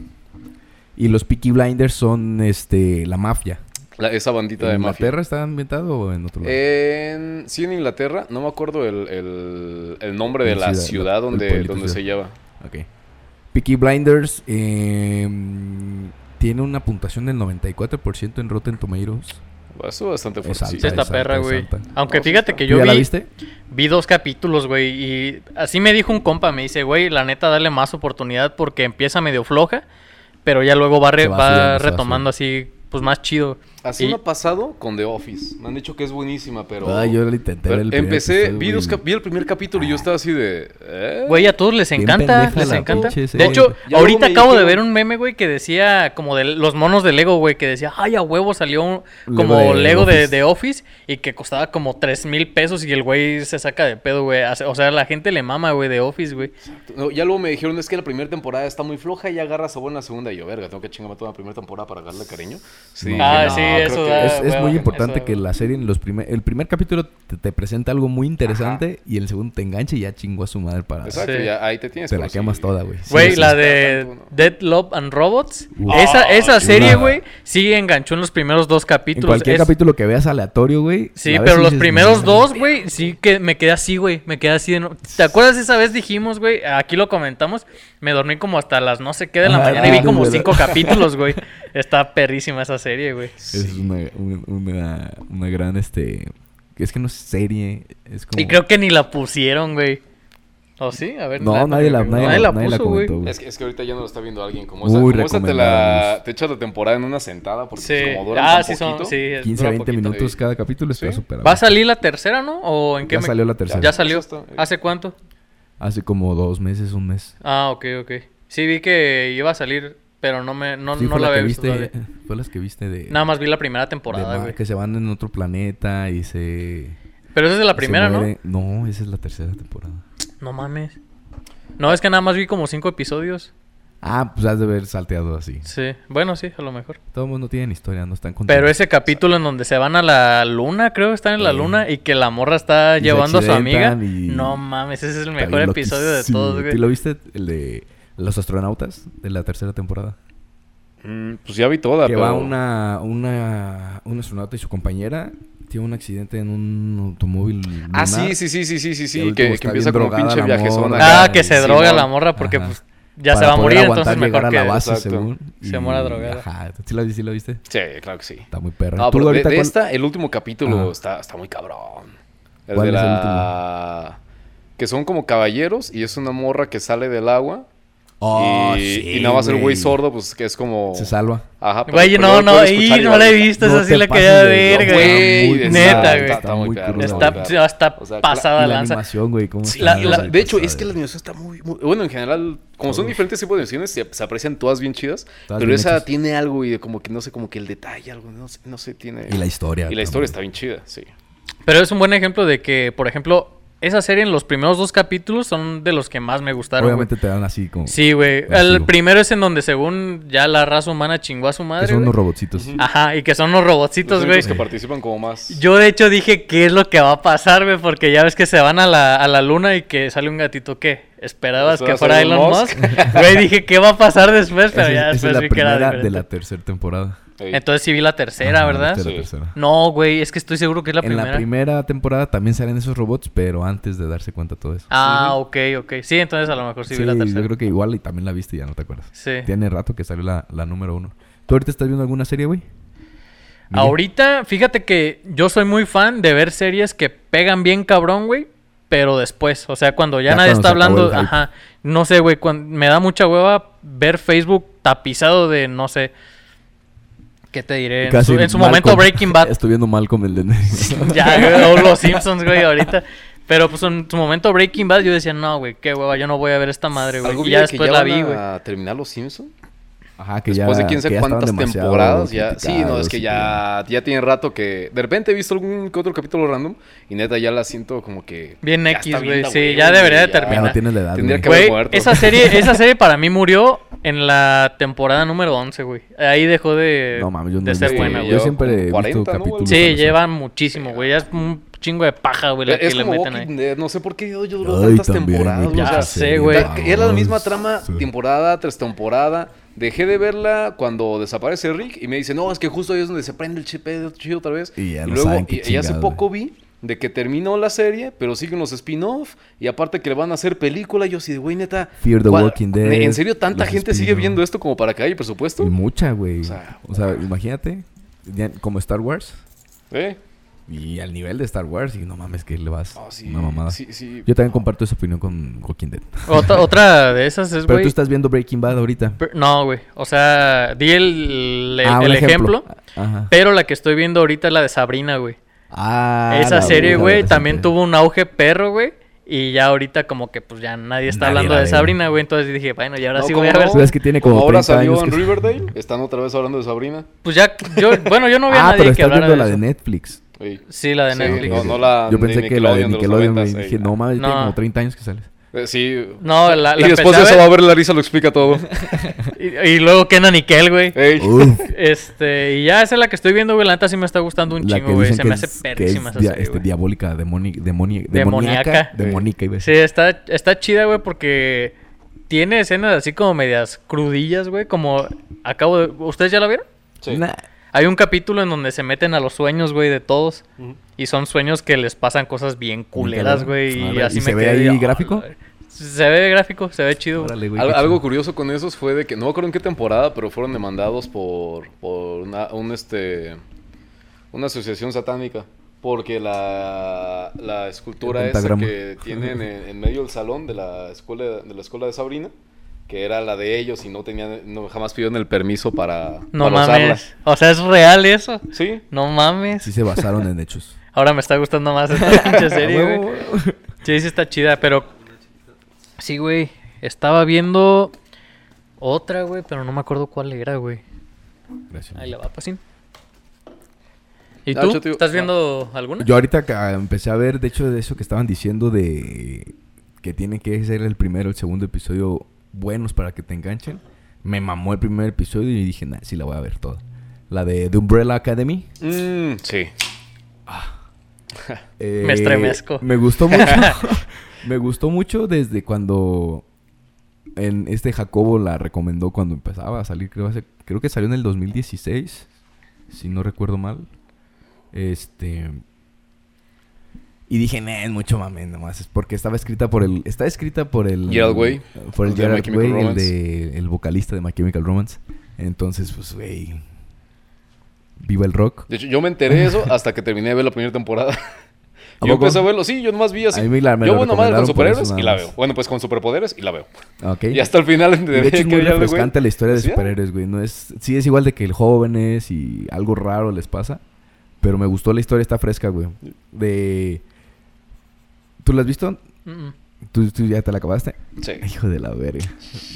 Speaker 1: Y los Peaky Blinders son este la mafia.
Speaker 2: La- esa bandita
Speaker 1: ¿En
Speaker 2: de mafia. Eh,
Speaker 1: Inglaterra está ambientado o en otro lado?
Speaker 2: En- sí, en Inglaterra. No me acuerdo el, el- el nombre de
Speaker 1: La
Speaker 2: la
Speaker 1: ciudad,
Speaker 2: ciudad
Speaker 1: el
Speaker 2: donde,
Speaker 1: pueblito,
Speaker 2: donde
Speaker 1: ciudad.
Speaker 2: se lleva.
Speaker 1: Ok. Peaky Blinders eh, tiene una puntuación del 94% en Rotten Tomatoes.
Speaker 2: Eso es bastante
Speaker 1: Es alta.
Speaker 2: fuerte.
Speaker 3: Sí, está
Speaker 1: Exacto,
Speaker 3: perra, güey.
Speaker 1: exacto.
Speaker 3: Aunque
Speaker 2: No, sí
Speaker 3: fíjate
Speaker 2: está.
Speaker 3: que
Speaker 1: ¿Tú
Speaker 3: yo
Speaker 1: ya la
Speaker 3: vi,
Speaker 1: viste?
Speaker 3: vi dos capítulos, güey. Y así me dijo un compa, me dice, güey, la neta, dale más oportunidad porque empieza medio floja, pero ya luego va, re-
Speaker 1: Se va
Speaker 3: va
Speaker 1: subiendo, se va
Speaker 3: retomando así, pues más chido.
Speaker 2: Así
Speaker 3: Y-
Speaker 2: me ha pasado con The Office. Me han dicho que es buenísima, pero.
Speaker 1: Ah, yo la intenté ver
Speaker 2: pero
Speaker 1: el primer
Speaker 2: empecé,
Speaker 1: episodio, Ah.
Speaker 2: vi,
Speaker 1: güey.
Speaker 2: dos cap- vi el primer capítulo y yo estaba así de. ¿eh?
Speaker 3: Güey, a todos les
Speaker 1: Bien
Speaker 3: encanta,
Speaker 1: pendeja
Speaker 3: les
Speaker 1: la
Speaker 3: encanta.
Speaker 1: pinche serie.
Speaker 3: de hecho,
Speaker 2: Ya luego
Speaker 3: ahorita
Speaker 2: me
Speaker 3: acabo de
Speaker 2: dijeron-
Speaker 3: ver un meme, güey, que decía como de los monos de Lego, güey, que decía, ay, a huevo salió un-
Speaker 1: Lego
Speaker 3: como
Speaker 1: de
Speaker 3: Lego de,
Speaker 1: Office.
Speaker 3: de Office y que costaba como tres mil pesos y el güey se saca de pedo, güey. Hace- O sea, la gente le mama, güey, de Office, güey.
Speaker 2: No, ya luego me dijeron, es que la primera temporada está muy floja y agarra sabor en la segunda. Y yo, verga, tengo que chingarme toda la primera temporada para agarrarle cariño. Sí,
Speaker 1: No, Ah,
Speaker 2: dije,
Speaker 1: sí,
Speaker 2: creo
Speaker 3: eso
Speaker 2: que-
Speaker 3: da-
Speaker 1: Es, es
Speaker 3: hueva,
Speaker 1: muy
Speaker 3: eso,
Speaker 1: importante que
Speaker 3: güey.
Speaker 1: la serie en los primer, el primer capítulo te, te presenta algo muy interesante y el segundo te engancha y ya chingó a su madre para
Speaker 2: Exacto,
Speaker 3: Sí.
Speaker 2: ya ahí te tienes.
Speaker 1: Ah, te la
Speaker 2: pero sí.
Speaker 1: quemas toda, güey. Sí,
Speaker 3: Güey,
Speaker 1: sí,
Speaker 3: la
Speaker 1: sí.
Speaker 3: de
Speaker 2: Tanto, ¿no?
Speaker 3: Dead Love and Robots.
Speaker 1: Uf.
Speaker 3: Esa, esa serie,
Speaker 1: chulada.
Speaker 3: güey, sí enganchó en los primeros dos
Speaker 1: en
Speaker 3: capítulos.
Speaker 1: cualquier
Speaker 3: Es-
Speaker 1: capítulo que veas aleatorio, güey.
Speaker 3: Sí,
Speaker 1: la ves
Speaker 3: pero
Speaker 1: y
Speaker 3: los
Speaker 1: dices,
Speaker 3: primeros
Speaker 1: "No,
Speaker 3: dos, güey, sí que me quedé así, güey. Me quedé así de... no- ¿Te acuerdas esa vez dijimos, güey? Aquí lo comentamos. Me dormí como hasta las no sé qué de la
Speaker 1: Ah,
Speaker 3: mañana y vi
Speaker 1: sí,
Speaker 3: como
Speaker 1: ¿verdad?
Speaker 3: cinco capítulos, güey. Está perrísima esa serie, güey.
Speaker 1: Es una, un- una, una gran, este... Es que no es serie, es como...
Speaker 3: Y creo que ni la pusieron, güey. ¿O sí? A ver.
Speaker 1: No, nadie la, nadie, la, nadie la
Speaker 3: puso, güey.
Speaker 1: comentó, güey.
Speaker 2: Es que, es que ahorita ya no lo está viendo alguien como esa.
Speaker 1: Muy
Speaker 2: como esa te,
Speaker 1: recomendables.
Speaker 2: la, te echas la temporada en una sentada porque
Speaker 3: Sí.
Speaker 2: pues, como duran
Speaker 3: Ah,
Speaker 2: tan
Speaker 3: sí son...
Speaker 2: poquito,
Speaker 3: Sí, es-
Speaker 1: 15,
Speaker 2: dura
Speaker 1: 20
Speaker 2: poquito,
Speaker 1: minutos
Speaker 2: eh.
Speaker 1: cada capítulo está
Speaker 2: Sí.
Speaker 1: súper...
Speaker 3: ¿Va a salir la tercera, no? ¿O en qué
Speaker 1: Ya
Speaker 3: me-
Speaker 1: salió la tercera.
Speaker 3: ¿Ya salió?
Speaker 2: Ya está.
Speaker 3: ¿Hace cuánto?
Speaker 1: Hace como dos meses, un mes.
Speaker 3: Ah, ok, ok. Sí, vi que iba a salir, pero no me... No,
Speaker 1: sí,
Speaker 3: no
Speaker 1: fue
Speaker 3: la
Speaker 1: la, que
Speaker 3: había visto.
Speaker 1: viste,
Speaker 3: todavía.
Speaker 1: fue las que viste de...
Speaker 3: Nada más vi la primera
Speaker 1: de
Speaker 3: temporada,
Speaker 1: ma-
Speaker 3: güey.
Speaker 1: que se van en otro planeta y se...
Speaker 3: Pero esa es de la
Speaker 1: se
Speaker 3: primera, ¿no?
Speaker 1: mueren. No, esa es la tercera temporada.
Speaker 3: No mames. No, es que nada más vi como cinco episodios.
Speaker 1: Ah, pues has de haber salteado así.
Speaker 3: Sí, bueno, sí, a lo mejor.
Speaker 1: Todo el mundo tiene historia, no están contando.
Speaker 3: Pero ese capítulo en donde se van a la luna, creo que están en la
Speaker 1: Sí.
Speaker 3: luna y que la morra está
Speaker 1: Y se
Speaker 3: llevando a su amiga.
Speaker 1: accidentan y-
Speaker 3: No mames, ese es el
Speaker 1: Está
Speaker 3: mejor
Speaker 1: bien
Speaker 3: episodio de
Speaker 1: loquísimo,
Speaker 3: todos,
Speaker 1: güey.
Speaker 3: güey.
Speaker 1: ¿Tú lo viste? El de los astronautas de la tercera temporada.
Speaker 2: Mm, pues ya vi toda,
Speaker 1: que
Speaker 2: pero...
Speaker 1: va una, una, un astronauta y su compañera. Tiene un accidente en un automóvil.
Speaker 2: Ah,
Speaker 1: lunar.
Speaker 2: sí, sí, sí, sí, sí,
Speaker 1: Y
Speaker 2: sí,
Speaker 1: al
Speaker 2: sí,
Speaker 1: último
Speaker 2: que, que
Speaker 1: está
Speaker 2: empieza
Speaker 1: bien
Speaker 2: como un
Speaker 1: drogada
Speaker 2: pinche
Speaker 1: la
Speaker 2: viajesón.
Speaker 1: morra,
Speaker 2: acá,
Speaker 3: Ah, que se
Speaker 2: y
Speaker 3: droga
Speaker 2: Simón.
Speaker 3: la morra porque
Speaker 1: Ajá.
Speaker 3: pues ya se
Speaker 1: Para
Speaker 3: va a
Speaker 1: poder
Speaker 3: morir,
Speaker 1: aguantar
Speaker 3: entonces mejor
Speaker 1: llegar
Speaker 3: que...
Speaker 1: a la base,
Speaker 2: Exacto.
Speaker 1: según.
Speaker 3: Se muera drogada.
Speaker 1: Ajá. ¿Sí la, sí la viste?
Speaker 2: Sí, claro que sí.
Speaker 1: Está muy perra.
Speaker 2: No,
Speaker 1: ¿Tú
Speaker 2: pero de,
Speaker 1: ahorita
Speaker 2: de
Speaker 1: cuál-
Speaker 2: esta, el último
Speaker 1: Ajá.
Speaker 2: capítulo está, está muy cabrón. El
Speaker 1: ¿Cuál
Speaker 2: de
Speaker 1: es el
Speaker 2: la... Que son como caballeros y es una morra que sale del agua.
Speaker 1: Oh,
Speaker 2: y,
Speaker 1: sí,
Speaker 2: y nada más el güey sordo, pues que es como...
Speaker 1: Se salva.
Speaker 2: Ajá, pero-
Speaker 3: Güey,
Speaker 2: pero
Speaker 3: no,
Speaker 2: él
Speaker 3: no,
Speaker 2: puede
Speaker 3: y
Speaker 2: escuchar y
Speaker 3: no la he
Speaker 2: hablar.
Speaker 3: visto,
Speaker 1: No
Speaker 3: esa sí
Speaker 1: te
Speaker 3: la
Speaker 1: pases
Speaker 3: quería
Speaker 1: de-
Speaker 3: ver,
Speaker 1: no,
Speaker 3: güey.
Speaker 1: güey,
Speaker 3: Neta,
Speaker 1: está-
Speaker 3: güey.
Speaker 1: Está muy crudo,
Speaker 3: Está,
Speaker 1: güey.
Speaker 3: ya está
Speaker 2: O sea,
Speaker 3: pasada
Speaker 1: Y
Speaker 3: de
Speaker 1: la
Speaker 3: lanza.
Speaker 1: animación, güey. ¿cómo
Speaker 2: Ah, Sí,
Speaker 1: está?
Speaker 2: la- la-
Speaker 1: Está
Speaker 2: de hecho, es
Speaker 1: pasada.
Speaker 2: que la animación está muy, muy- Bueno, en general, como son diferentes tipos de animaciones, se, se aprecian todas bien chidas.
Speaker 1: Todas
Speaker 2: pero
Speaker 1: bien
Speaker 2: esa
Speaker 1: hechas.
Speaker 2: tiene algo y de como que no sé, como que el detalle, algo, no sé, no sé, tiene.
Speaker 1: Y la historia.
Speaker 2: Y la historia está
Speaker 1: también.
Speaker 2: bien chida, sí.
Speaker 3: Pero es un buen ejemplo de que, por ejemplo, esa serie en los primeros dos capítulos son de los que más me gustaron. güey.
Speaker 1: Obviamente te dan así como.
Speaker 3: Sí, güey.
Speaker 1: Así,
Speaker 3: El
Speaker 1: güey.
Speaker 3: primero es en donde según ya la raza humana chingó a su madre.
Speaker 1: Que son
Speaker 3: güey.
Speaker 1: unos robotcitos.
Speaker 3: Ajá, y que son unos robotcitos,
Speaker 2: Los
Speaker 3: güey.
Speaker 2: únicos que participan como más.
Speaker 3: Yo de hecho dije qué es lo que va a pasar, güey, porque ya ves que se van a la, a la luna y que sale un gatito. ¿Qué? ¿Esperabas
Speaker 2: Eso
Speaker 3: que
Speaker 2: va a
Speaker 3: fuera
Speaker 2: ser
Speaker 3: Elon
Speaker 2: Elon
Speaker 3: Musk? Güey, dije qué va a pasar después, pero
Speaker 1: Esa es-
Speaker 3: ya
Speaker 1: esa
Speaker 3: después
Speaker 1: es la
Speaker 3: vi que era
Speaker 1: primera de la
Speaker 3: diferente.
Speaker 1: tercera temporada.
Speaker 2: Ey.
Speaker 3: Entonces sí vi la tercera,
Speaker 1: Ajá,
Speaker 3: ¿verdad?
Speaker 1: esta es la
Speaker 2: Sí.
Speaker 1: tercera.
Speaker 3: No, güey, es que estoy seguro que es la
Speaker 1: en
Speaker 3: primera.
Speaker 1: la primera temporada también salen esos robots, pero antes de darse cuenta todo eso.
Speaker 3: Ah, ok, ok. Sí, entonces a lo mejor sí,
Speaker 1: sí,
Speaker 3: vi la tercera.
Speaker 1: yo creo que igual y también la viste y ya no te acuerdas.
Speaker 3: Sí.
Speaker 1: Tiene rato que salió la, la número uno. ¿Tú ahorita estás viendo alguna serie, güey? Miguel.
Speaker 3: Ahorita, fíjate que yo soy muy fan de ver series que pegan bien cabrón, güey. Pero después, o sea, cuando ya,
Speaker 1: Ya
Speaker 3: nadie
Speaker 1: cuando
Speaker 3: está
Speaker 1: se acabó
Speaker 3: hablando,
Speaker 1: el hype.
Speaker 3: ajá, no sé, güey, cuan- me da mucha hueva ver Facebook tapizado de, no sé, ¿qué te diré? En
Speaker 1: Casi
Speaker 3: su, en su
Speaker 1: Malcolm.
Speaker 3: momento Breaking Bad.
Speaker 1: Estoy viendo Malcolm el de
Speaker 3: ya, güey, o los Simpsons, güey, ahorita. Pero pues en su momento Breaking Bad yo decía, no, güey, qué hueva, yo no voy a ver esta madre, güey.
Speaker 2: Algo
Speaker 3: Y
Speaker 2: vi
Speaker 3: ya
Speaker 2: de que
Speaker 3: después la
Speaker 2: van
Speaker 3: vi, güey.
Speaker 2: A terminar los Simpsons.
Speaker 1: Ajá, que
Speaker 2: Después
Speaker 1: ya,
Speaker 2: de quién
Speaker 1: que
Speaker 2: sabe
Speaker 1: ya estaban
Speaker 2: cuántas
Speaker 1: demasiado
Speaker 2: temporadas ya. Sí, no,
Speaker 1: criticados
Speaker 2: es que
Speaker 1: y
Speaker 2: ya, ya tiene rato que. De repente he visto algún que otro capítulo random y neta ya la siento como que.
Speaker 3: Bien
Speaker 2: ya
Speaker 3: X,
Speaker 2: está
Speaker 3: güey,
Speaker 2: bien,
Speaker 3: sí,
Speaker 2: güey,
Speaker 3: ya debería de
Speaker 2: ya.
Speaker 1: Ya
Speaker 3: terminar.
Speaker 1: no tienes la edad,
Speaker 2: Tendría
Speaker 1: güey.
Speaker 2: que haber
Speaker 3: Güey,
Speaker 2: muerto.
Speaker 3: esa serie, esa serie para mí murió en la temporada número 11, güey. Ahí dejó de,
Speaker 1: No mames, yo no
Speaker 3: de
Speaker 1: he
Speaker 3: ser
Speaker 1: visto-
Speaker 3: buena,
Speaker 1: Yo
Speaker 3: güey.
Speaker 2: Yo
Speaker 1: siempre
Speaker 2: como
Speaker 1: he visto
Speaker 2: 40, ¿no, güey?
Speaker 1: capítulos.
Speaker 2: Sí,
Speaker 1: a
Speaker 3: Sí,
Speaker 1: los-
Speaker 3: llevan muchísimo, güey. Ya es un chingo de paja, güey, la que
Speaker 2: Es
Speaker 3: le
Speaker 2: como
Speaker 3: meten
Speaker 2: Walking
Speaker 3: ahí.
Speaker 2: Dead, no sé por qué yo, yo duró
Speaker 1: Ay,
Speaker 2: tantas
Speaker 1: también,
Speaker 2: temporadas.
Speaker 1: mi
Speaker 2: o sea,
Speaker 3: ya
Speaker 1: pinche
Speaker 3: sé,
Speaker 1: serie,
Speaker 3: güey.
Speaker 2: Era, era la misma
Speaker 1: vamos,
Speaker 2: trama,
Speaker 1: sí.
Speaker 2: temporada tras temporada. Dejé de verla cuando desaparece Rick y me dice, no, es que justo ahí es donde se prende el chip eh, chido otra vez.
Speaker 1: Y ya no
Speaker 2: luego,
Speaker 1: saben qué
Speaker 2: y, y hace
Speaker 1: chingado,
Speaker 2: poco vi de que terminó la serie, pero siguen los spin-off y aparte que le van a hacer película. Yo así de, güey, neta.
Speaker 1: Fear the
Speaker 2: ¿cuál-
Speaker 1: Walking Dead,
Speaker 2: ¿En serio tanta
Speaker 1: los
Speaker 2: gente sigue
Speaker 1: spin-off.
Speaker 2: viendo esto como para que haya presupuesto?
Speaker 1: Y mucha, güey. O sea,
Speaker 2: sea,
Speaker 1: imagínate, ya como Star Wars
Speaker 2: ¿Eh?
Speaker 1: y al nivel de Star Wars. Y no mames, que le vas
Speaker 3: Oh,
Speaker 2: Ah, sí,
Speaker 1: una mamada.
Speaker 2: sí, sí.
Speaker 1: Yo también comparto esa opinión con Walking Dead.
Speaker 3: Otra, otra de esas es,
Speaker 1: Pero tú
Speaker 3: Pues, güey.
Speaker 1: estás viendo Breaking Bad ahorita.
Speaker 3: per- No, güey. O sea, di el, el-
Speaker 1: Ah, un
Speaker 3: el ejemplo.
Speaker 1: Ajá.
Speaker 3: Pero la que estoy viendo ahorita es la de Sabrina, güey.
Speaker 1: Ah,
Speaker 3: Esa
Speaker 1: la
Speaker 3: serie,
Speaker 1: verga,
Speaker 3: güey,
Speaker 1: la
Speaker 3: también
Speaker 1: reciente.
Speaker 3: tuvo un auge perro, güey. Y ya ahorita como que pues ya nadie está
Speaker 1: Nadie
Speaker 3: hablando
Speaker 1: la
Speaker 3: de
Speaker 1: ve.
Speaker 3: Sabrina, güey. Entonces dije, bueno, y ahora
Speaker 2: No,
Speaker 3: sí voy a
Speaker 2: ¿cómo
Speaker 3: ver.
Speaker 2: no?
Speaker 1: Pues es que tiene como
Speaker 2: ahora
Speaker 1: 30
Speaker 2: salió
Speaker 1: años
Speaker 2: en
Speaker 1: que-
Speaker 2: Riverdale. Están otra vez hablando de Sabrina.
Speaker 3: Pues ya, yo, bueno, yo no vi a
Speaker 1: ah,
Speaker 3: nadie
Speaker 1: pero
Speaker 3: que
Speaker 1: estás
Speaker 3: hablara
Speaker 1: viendo la
Speaker 3: de
Speaker 1: de
Speaker 3: eso.
Speaker 1: Netflix.
Speaker 2: Ey.
Speaker 3: Sí, la de
Speaker 2: Sí,
Speaker 3: Netflix.
Speaker 2: no,
Speaker 3: No,
Speaker 2: no la
Speaker 1: Yo
Speaker 2: de
Speaker 1: pensé que la de
Speaker 2: Nickelodeon de los
Speaker 1: Nickelodeon, güey.
Speaker 2: 90s, ey,
Speaker 3: eh.
Speaker 1: Dije,
Speaker 2: la-
Speaker 1: no mames, tiene
Speaker 3: No.
Speaker 1: como 30 años que sale.
Speaker 2: Eh, sí.
Speaker 3: la,
Speaker 2: y
Speaker 3: la
Speaker 2: después
Speaker 3: empecé
Speaker 2: de
Speaker 3: a
Speaker 2: eso va a
Speaker 3: ver-
Speaker 2: ver Larisa lo explica todo.
Speaker 3: Y, y luego Kenan y Kel, güey.
Speaker 2: Ey.
Speaker 1: Uf,
Speaker 3: Este, y ya esa es la que estoy viendo, güey. La neta sí me está gustando un
Speaker 1: la que
Speaker 3: chingo, güey.
Speaker 1: dicen
Speaker 3: Se
Speaker 1: que
Speaker 3: me
Speaker 1: es-
Speaker 3: hace
Speaker 1: que es
Speaker 3: perrísima esa
Speaker 1: dia-
Speaker 3: serie,
Speaker 1: este,
Speaker 3: güey.
Speaker 1: diabólica, demoni- demoni- demoníaca.
Speaker 3: Demoníaca.
Speaker 1: Demoníaca, iba a
Speaker 3: Sí,
Speaker 1: decir.
Speaker 3: está, está chida, güey, porque tiene escenas así como medias crudillas, güey. Como acabo de. ¿Ustedes ya la vieron?
Speaker 2: Sí.
Speaker 1: Nah.
Speaker 3: Hay un capítulo en donde se meten a los sueños, güey, de todos.
Speaker 2: Ujú.
Speaker 3: Y son sueños que les pasan cosas bien
Speaker 1: cabrón.
Speaker 3: culeras, güey.
Speaker 1: A
Speaker 3: Y
Speaker 1: ver,
Speaker 3: así
Speaker 1: ¿y
Speaker 3: me
Speaker 1: se ve
Speaker 3: quedé
Speaker 1: ahí
Speaker 3: de, "Ah, la
Speaker 1: gráfico?
Speaker 3: verga". Se ve gráfico, se ve chido.
Speaker 1: Órale, güey,
Speaker 2: Al-
Speaker 1: qué
Speaker 2: algo
Speaker 1: chido.
Speaker 2: curioso con esos fue de que no me acuerdo en qué temporada, pero fueron demandados por, por una, un este una asociación satánica. Porque la, la escultura
Speaker 1: El
Speaker 2: esa
Speaker 1: pentagrama.
Speaker 2: que tienen en, en medio del salón de la escuela de la escuela de Sabrina, que era la de ellos y no tenían, no jamás pidieron el permiso para,
Speaker 3: No
Speaker 2: para usarla.
Speaker 3: mames. O sea, es real eso.
Speaker 2: Sí.
Speaker 3: No mames.
Speaker 1: Sí se basaron en hechos.
Speaker 3: Ahora me está gustando más esta pinche
Speaker 1: A
Speaker 3: serie,
Speaker 1: huevo,
Speaker 3: güey.
Speaker 1: huevo.
Speaker 3: Sí, sí está chida, pero... Sí, güey. Estaba viendo otra, güey, pero no me acuerdo cuál era, güey.
Speaker 1: Gracias.
Speaker 3: Ahí la va, pasín. ¿Y
Speaker 2: Ah,
Speaker 3: tú?
Speaker 2: yo te digo-
Speaker 3: ¿Estás
Speaker 2: ah.
Speaker 3: viendo alguna?
Speaker 1: Yo ahorita ca- empecé a ver, de hecho, de eso que estaban diciendo de que tiene que ser el primero, el segundo episodio buenos para que te enganchen. Me mamó el primer episodio y dije, nah, sí la voy a ver toda. La de The Umbrella Academy.
Speaker 2: Mm, sí.
Speaker 1: Eh,
Speaker 3: Me estremezco.
Speaker 1: Me gustó mucho. me gustó mucho desde cuando en este Jacobo la recomendó cuando empezaba a salir. Creo, hace- creo que salió en el 2016, si no recuerdo mal. Este. Y dije, nah, es mucho mame nomás. Es porque estaba escrita por el. Está escrita por el.
Speaker 2: Gerard Way.
Speaker 1: Por el
Speaker 2: El de My
Speaker 1: Gerard
Speaker 2: Chemical
Speaker 1: Way, el,
Speaker 2: Romance.
Speaker 1: de- el vocalista de My Chemical Romance. Entonces, pues, güey. Viva el rock.
Speaker 2: De hecho, yo me enteré de eso hasta que terminé de ver la primera temporada.
Speaker 1: ¿A
Speaker 2: Yo
Speaker 1: poco?
Speaker 2: empecé a verlo, sí, yo nomás vi así.
Speaker 1: A mí me la- me
Speaker 2: yo
Speaker 1: la
Speaker 2: voy nomás
Speaker 1: recomendaron
Speaker 2: con
Speaker 1: por
Speaker 2: superhéroes
Speaker 1: eso
Speaker 2: y
Speaker 1: nada
Speaker 2: la
Speaker 1: más.
Speaker 2: veo. Bueno, pues con superpoderes y la veo.
Speaker 1: Ok.
Speaker 2: Y hasta el final
Speaker 1: Y de hecho es muy
Speaker 2: verle, güey.
Speaker 1: refrescante la historia de
Speaker 2: ¿Sí?
Speaker 1: superhéroes, güey. No es, sí es igual de que el jóvenes y algo raro les pasa. Pero me gustó la historia, está fresca, güey. De... ¿Tú la has visto?
Speaker 3: Mm, mm.
Speaker 1: ¿Tú, tú ya te la acabaste?
Speaker 2: Sí.
Speaker 1: Hijo de la verga.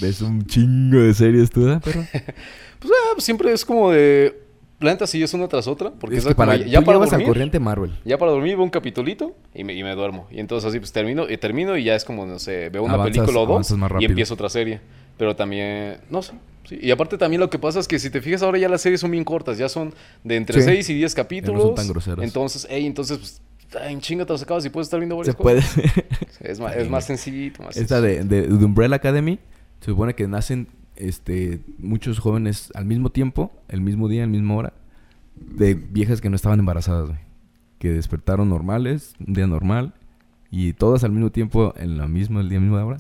Speaker 1: Ves un chingo de series tú, ¿eh, perro?
Speaker 2: Pues ah, pues, siempre es como de plantas y es una tras otra. Porque
Speaker 1: es
Speaker 2: es
Speaker 1: que
Speaker 2: como
Speaker 1: para,
Speaker 2: ya- ya
Speaker 1: tú
Speaker 2: para
Speaker 1: llevas al
Speaker 2: dormir.
Speaker 1: corriente Marvel.
Speaker 2: Ya para dormir veo un capitulito y me, y me duermo. Y entonces así pues termino y termino y ya es como, no sé, veo una
Speaker 1: Avanzas-
Speaker 2: película o dos
Speaker 1: avanzas más
Speaker 2: y
Speaker 1: rápido.
Speaker 2: empiezo otra serie. Pero también, no sé. sí. Y aparte también lo que pasa es que si te fijas ahora ya las series son bien cortas, ya son de entre
Speaker 1: Sí.
Speaker 2: 6 y 10
Speaker 1: son
Speaker 2: capítulos.
Speaker 1: tan groseras.
Speaker 2: Entonces, ey, entonces pues ay, en chinga te los acabas y puedes estar viendo
Speaker 1: Se
Speaker 2: varias
Speaker 1: puede.
Speaker 2: cosas. Es más, es más sencillito, más
Speaker 1: Esta
Speaker 2: sencillo.
Speaker 1: de, de, de Umbrella Academy, se supone que nacen este, muchos jóvenes al mismo tiempo, el mismo día, el mismo hora, de viejas que no estaban embarazadas, güey. Que despertaron normales, un día normal, y todas al mismo tiempo, en la misma, el día mismo de ahora,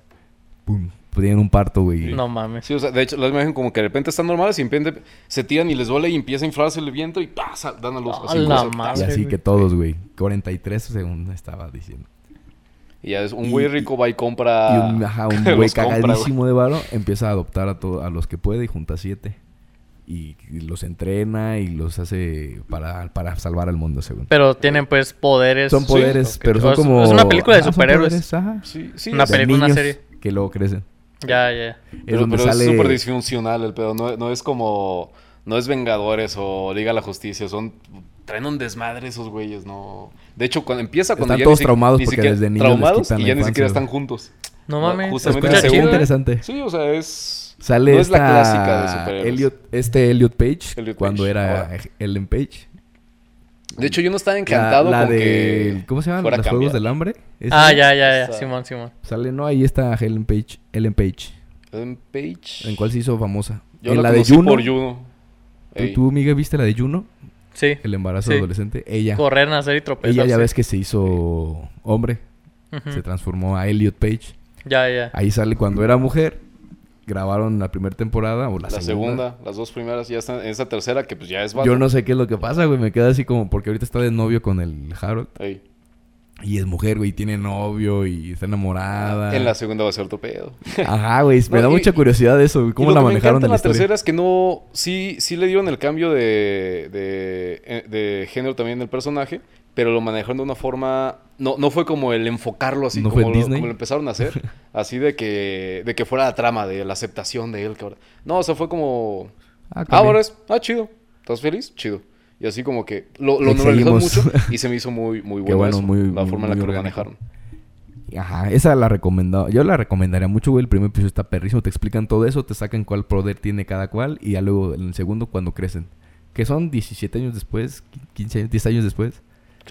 Speaker 1: pum, tienen un parto, güey.
Speaker 3: No mames.
Speaker 2: Sí, o sea, de hecho, las imagen como que de repente están normales y de repente se tiran y les duele y empieza a inflarse el viento y ¡pah! sal- dan a luz.
Speaker 3: ¡A
Speaker 2: así,
Speaker 3: la
Speaker 2: cosas.
Speaker 1: y
Speaker 3: madre!
Speaker 1: así
Speaker 3: güey.
Speaker 1: que todos, güey. 43 según estaba diciendo.
Speaker 2: Y ya es un
Speaker 1: Y-
Speaker 2: güey rico va y compra.
Speaker 1: y un, ajá, un
Speaker 2: Ah, los
Speaker 1: güey
Speaker 2: compra, güey.
Speaker 1: cagadísimo de varo empieza a adoptar a, to- a los que puede y junta siete. Y, y los entrena y los hace para, para salvar al mundo, según.
Speaker 3: Pero tienen pues poderes.
Speaker 1: son
Speaker 2: sí,
Speaker 1: poderes,
Speaker 2: ok.
Speaker 1: pero
Speaker 3: O
Speaker 1: son
Speaker 3: es-
Speaker 1: como...
Speaker 3: es una película de
Speaker 1: ajá, son
Speaker 3: superhéroes.
Speaker 1: poderes, ajá.
Speaker 2: Sí, sí.
Speaker 3: Una
Speaker 2: es-
Speaker 1: De
Speaker 3: película, una
Speaker 1: niños
Speaker 3: serie.
Speaker 1: Que luego crecen.
Speaker 3: Ya, ya.
Speaker 1: Es
Speaker 2: pero
Speaker 1: donde
Speaker 2: pero
Speaker 1: sale...
Speaker 2: es súper disfuncional el pedo. No, no es como. No es Vengadores o Liga de la Justicia. Son. Traen un desmadre esos güeyes, no. De hecho, cuando empieza cuando
Speaker 1: Están
Speaker 2: ya
Speaker 1: todos
Speaker 2: si-
Speaker 1: traumados porque desde niños les
Speaker 2: traumados
Speaker 1: quitan
Speaker 2: y
Speaker 1: la
Speaker 2: ya ni siquiera
Speaker 1: infancia.
Speaker 2: están juntos.
Speaker 3: No
Speaker 2: No,
Speaker 3: mames. Se
Speaker 2: justamente
Speaker 1: Está
Speaker 3: escucha
Speaker 1: muy
Speaker 2: según
Speaker 3: chido. ¿eh? güey.
Speaker 1: interesante.
Speaker 2: Sí, o sea, es.
Speaker 1: Sale
Speaker 2: no es
Speaker 1: esta...
Speaker 2: la clásica de superhéroes.
Speaker 1: Elliot- este Elliot Page,
Speaker 2: Elliot
Speaker 1: cuando
Speaker 2: Page,
Speaker 1: era
Speaker 2: ahora.
Speaker 1: Ellen Page.
Speaker 2: De hecho, yo no estaba
Speaker 1: La-
Speaker 2: encantado
Speaker 1: la
Speaker 2: con
Speaker 1: de...
Speaker 2: que.
Speaker 1: ¿Cómo se llaman?
Speaker 2: fuera
Speaker 1: Los Juegos
Speaker 2: cambiada.
Speaker 1: del Hambre.
Speaker 3: Ah,
Speaker 1: ¿Ese?
Speaker 3: ya, ya, ya.
Speaker 2: Esa-
Speaker 3: Simón, Simón.
Speaker 1: Sale, no, ahí está Helen Page. Ellen Page.
Speaker 2: Ellen Page.
Speaker 1: ¿En cuál se hizo famosa?
Speaker 2: Yo
Speaker 1: en
Speaker 2: la,
Speaker 1: la de
Speaker 2: conocí
Speaker 1: Juno.
Speaker 2: por Juno.
Speaker 1: ¿Tú,
Speaker 2: Ey.
Speaker 1: tú, Miguel, viste la de Juno?
Speaker 3: Sí.
Speaker 1: el embarazo
Speaker 3: Sí.
Speaker 1: adolescente, ella,
Speaker 3: Correr, nacer y tropezar.
Speaker 1: ella ya ves que se hizo hombre, se transformó a Elliot Page.
Speaker 3: Ya, ya.
Speaker 1: Ahí sale cuando era mujer. Grabaron la primera temporada o la, segunda.
Speaker 2: La segunda, las dos primeras, ya están en esa tercera que pues ya es
Speaker 1: Yo
Speaker 2: vato.
Speaker 1: no sé qué es lo que pasa, güey. Me queda así como porque ahorita está de novio con el Harold.
Speaker 2: Ey.
Speaker 1: Y es mujer, güey. y Tiene novio y está enamorada.
Speaker 2: En la segunda va a ser otro pedo.
Speaker 1: Ajá, güey. Me
Speaker 2: No,
Speaker 1: da
Speaker 2: y-
Speaker 1: mucha curiosidad eso. güey, ¿Cómo
Speaker 2: Y lo
Speaker 1: la
Speaker 2: que me
Speaker 1: manejaron
Speaker 2: encanta
Speaker 1: en la historia?
Speaker 2: tercera es que no... Sí, sí le dieron el cambio de, de, eh, de género también del personaje, pero lo manejaron de una forma... No, no fue como el enfocarlo así,
Speaker 1: ¿No fue en
Speaker 2: como, lo,
Speaker 1: Disney?
Speaker 2: como lo empezaron a hacer. así de que, de que fuera la trama, de la aceptación de él. Que ahora... No, o sea, fue como...
Speaker 1: Ah,
Speaker 2: Ah,
Speaker 1: cabrón.
Speaker 2: ahora es... Ah, chido. ¿Estás feliz? Chido. Y así como que lo, lo
Speaker 1: Le
Speaker 2: normalizó mucho
Speaker 1: seguimos.
Speaker 2: y se me hizo muy, muy
Speaker 1: Qué bueno,
Speaker 2: bueno, eso,
Speaker 1: muy-
Speaker 2: la
Speaker 1: muy-
Speaker 2: forma en la
Speaker 1: muy
Speaker 2: que lo
Speaker 1: orgánico.
Speaker 2: manejaron.
Speaker 1: Ajá, esa la recomendaba. Yo la recomendaría mucho, güey. El primer episodio está perrísimo. Te explican todo eso, te sacan cuál poder tiene cada cual. Y ya luego en el segundo, cuando crecen. Que son 17 años después, 15 años, 10 años después.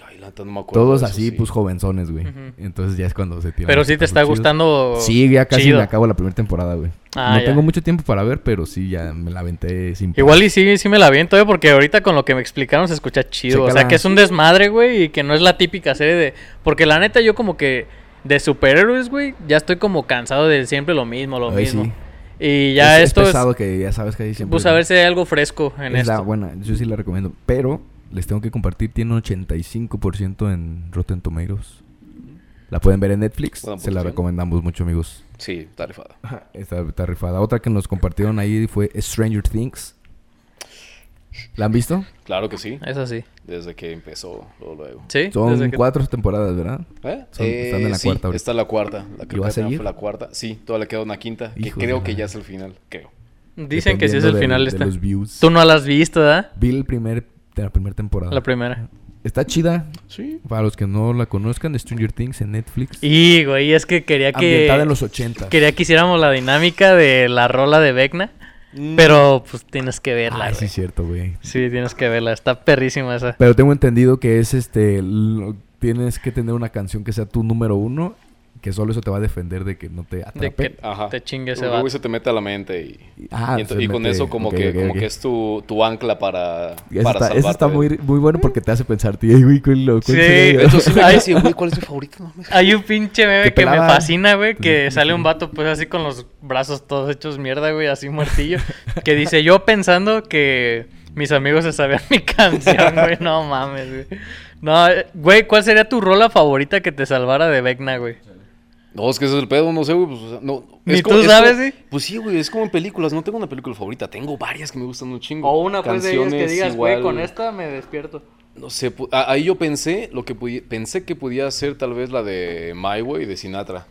Speaker 2: Ay, la neta, no me acuerdo
Speaker 1: Todos
Speaker 2: de eso,
Speaker 1: así,
Speaker 2: sí.
Speaker 1: pues jovenzones, güey.
Speaker 3: Ujú.
Speaker 1: Entonces ya es cuando se tiran.
Speaker 3: Pero
Speaker 1: los
Speaker 3: sí te
Speaker 1: putazos
Speaker 3: está
Speaker 1: chidos.
Speaker 3: gustando.
Speaker 1: Sí, ya casi
Speaker 3: chido.
Speaker 1: me acabo la primera temporada, güey.
Speaker 3: Ah,
Speaker 1: no
Speaker 3: ya.
Speaker 1: tengo mucho tiempo para ver, pero sí, ya me la aventé sin
Speaker 3: Igual y sí, sí me la aviento, eh, porque ahorita con lo que me explicaron se escucha chido. O sea,
Speaker 1: Chécala.
Speaker 3: que es un desmadre, güey, y que no es la típica serie de... Porque la neta yo como que de superhéroes, güey, ya estoy como cansado de siempre lo mismo, lo
Speaker 1: Ay,
Speaker 3: mismo.
Speaker 1: sí.
Speaker 3: Y ya
Speaker 1: es,
Speaker 3: esto
Speaker 1: es
Speaker 3: es...
Speaker 1: pesado que ya sabes que ahí siempre.
Speaker 3: pues a ver si hay algo fresco en
Speaker 1: es la
Speaker 3: esto.
Speaker 1: buena, yo sí la recomiendo. Pero les tengo que compartir, tiene un 85% en Rotten Tomatoes. La pueden ver en Netflix,
Speaker 2: Buena
Speaker 1: se la
Speaker 2: posición.
Speaker 1: recomendamos mucho, amigos.
Speaker 2: Sí, está rifada.
Speaker 1: Está, está rifada. Otra que nos compartieron ahí fue Stranger Things. ¿La han visto?
Speaker 2: Claro que sí.
Speaker 3: Es así.
Speaker 2: Desde que empezó, luego, luego.
Speaker 3: Sí.
Speaker 1: Son
Speaker 3: desde que-
Speaker 1: cuatro temporadas, ¿verdad?
Speaker 2: ¿Eh?
Speaker 1: Son- están en la
Speaker 2: sí,
Speaker 1: cuarta ahorita.
Speaker 2: Está la cuarta. La creo
Speaker 1: va
Speaker 2: que
Speaker 1: a seguir?
Speaker 2: fue la cuarta. Sí, todavía le queda una quinta. Que
Speaker 1: Hijo de
Speaker 2: creo
Speaker 1: la
Speaker 2: que ya
Speaker 1: madre.
Speaker 2: es el final. Creo.
Speaker 3: Dicen que sí es el
Speaker 1: Dependiendo
Speaker 3: final
Speaker 1: del- de
Speaker 3: esta.
Speaker 1: los views. Ah.
Speaker 3: Tú no la has visto, ¿verdad?
Speaker 1: Vi el primer, de la primera temporada.
Speaker 3: La primera.
Speaker 1: Está chida.
Speaker 2: Sí.
Speaker 1: Para los que no la conozcan, Stranger Things en Netflix.
Speaker 3: Y, güey, es que quería que...
Speaker 1: Ambientada en los 80.
Speaker 3: Quería que hiciéramos la dinámica de la rola de Vecna, pero pues tienes que verla,
Speaker 1: Ah,
Speaker 3: güey.
Speaker 1: sí, es cierto, güey.
Speaker 3: Sí, tienes que verla. Está perrísima esa.
Speaker 1: Pero tengo entendido que es este. lo- tienes que tener una canción que sea tu número uno. Que solo eso te va a defender de que no te
Speaker 3: De
Speaker 1: atrape.
Speaker 3: que
Speaker 2: Ajá.
Speaker 3: te chingue ese
Speaker 2: Luego
Speaker 3: vato.
Speaker 2: se te mete a la mente y...
Speaker 1: Ah,
Speaker 2: y, ento-
Speaker 1: se
Speaker 2: y con
Speaker 1: mete-
Speaker 2: eso como
Speaker 1: ok,
Speaker 2: que
Speaker 1: ok,
Speaker 2: como
Speaker 1: ok.
Speaker 2: que es tu, tu ancla para,
Speaker 1: Ese
Speaker 2: para
Speaker 1: está, ese está
Speaker 2: salvarte.
Speaker 1: muy, muy bueno porque te hace pensar, tío, güey, cuál, lo- cuál
Speaker 3: Sí.
Speaker 1: sería yo?"
Speaker 2: De hecho, sí me
Speaker 3: Ay.
Speaker 2: quedé así, güey, ¿cuál es mi favorito? No, me-
Speaker 3: Hay un pinche meme
Speaker 1: Te
Speaker 3: que me
Speaker 1: pelaba.
Speaker 3: fascina, güey, que
Speaker 1: Sí.
Speaker 3: sale un vato pues así con los brazos todos hechos mierda, güey, así muertillo, que dice yo pensando que mis amigos se sabían mi canción, güey, no mames, güey. No, eh, güey, ¿cuál sería tu rola favorita que te salvara de Vecna, güey?
Speaker 2: No, es que ese es el pedo, no sé, güey. Pues, o sea, no,
Speaker 3: Ni
Speaker 2: es
Speaker 3: tú sabes,
Speaker 2: como-
Speaker 3: ¿eh?
Speaker 2: Pues sí, güey, es como en películas. No tengo una película favorita, tengo varias que me gustan un chingo.
Speaker 3: O una pues de ellas que
Speaker 2: Canciones
Speaker 3: digas, güey,
Speaker 2: igual-
Speaker 3: con esta me despierto.
Speaker 2: No sé, pu- a- ahí yo pensé, lo que pudi- pensé que podía ser tal vez la de My Way de Sinatra.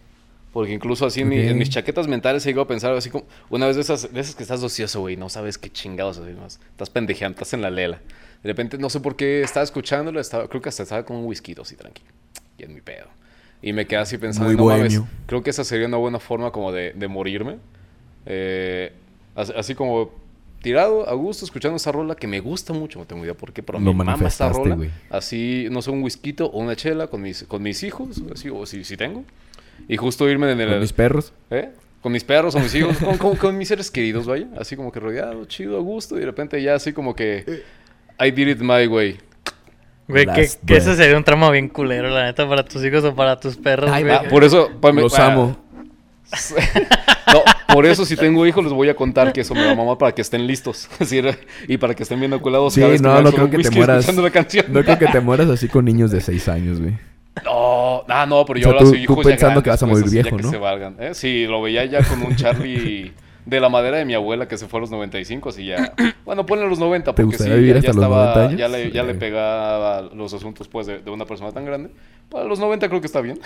Speaker 2: Porque incluso así en, mi- en
Speaker 1: Ok.
Speaker 2: mis chaquetas mentales he ido a pensar así como... Una vez de esas, de esas que estás ocioso, güey, no sabes qué chingados así más. Estás pendejeando, estás en la lela. De repente, no sé por qué, estaba escuchándolo, estaba, creo que hasta estaba con un whisky así tranquilo. Y en mi pedo. Y me quedé así pensando,
Speaker 1: Muy
Speaker 2: no mames,
Speaker 1: bohemio.
Speaker 2: creo que esa sería una buena forma como de, de morirme. Eh, as- así, como tirado a gusto, escuchando esa rola que me gusta mucho, no tengo idea por qué, pero
Speaker 1: Lo
Speaker 2: me mama esa
Speaker 1: manifestaste,
Speaker 2: rola.
Speaker 1: güey.
Speaker 2: Así, no sé, un whisky o una chela con mis, con mis hijos, así, o si, si tengo. Y justo irme en el...
Speaker 1: Con mis perros.
Speaker 2: ¿eh? Con mis perros o mis hijos, con, con- con mis seres queridos, vaya. Así como que rodeado, chido, a gusto. Y de repente ya así como que... I did it my way.
Speaker 3: Güey, que,
Speaker 1: Last
Speaker 3: que ese
Speaker 1: Breath.
Speaker 3: sería un tramo bien culero, la neta, para tus hijos o para tus perros,
Speaker 1: Ay,
Speaker 3: güey.
Speaker 2: Ah, por eso... pa- me-
Speaker 1: Los
Speaker 2: pa-
Speaker 1: amo.
Speaker 2: No, por eso si tengo hijos les voy a contar que eso me va mamá para que estén listos. Así era, y para que estén bien colados
Speaker 1: Sí, no, no creo que te mueras.
Speaker 2: escuchando la canción.
Speaker 1: No creo que te mueras así con niños de 6 años, güey.
Speaker 2: No, ah, no, pero yo
Speaker 1: O sea,
Speaker 2: hablaba
Speaker 1: tú-
Speaker 2: de
Speaker 1: tú
Speaker 2: hijos ya
Speaker 1: pensando que
Speaker 2: grandes,
Speaker 1: vas a
Speaker 2: pues,
Speaker 1: morir
Speaker 2: así ya
Speaker 1: viejo,
Speaker 2: que
Speaker 1: ¿no?
Speaker 2: se valgan. ¿eh? Sí, lo veía ya con un Charlie de la madera de mi abuela que se fue a los 95, así ya. Bueno, ponle los 90
Speaker 1: ¿Te
Speaker 2: porque sí,
Speaker 1: gustaría
Speaker 2: ya,
Speaker 1: vivir
Speaker 2: ya
Speaker 1: hasta los
Speaker 2: estaba,
Speaker 1: 90 años?
Speaker 2: ya le, ya le
Speaker 1: Sí.
Speaker 2: pegaba los asuntos pues de, de una persona tan grande. Para los 90 creo que está bien.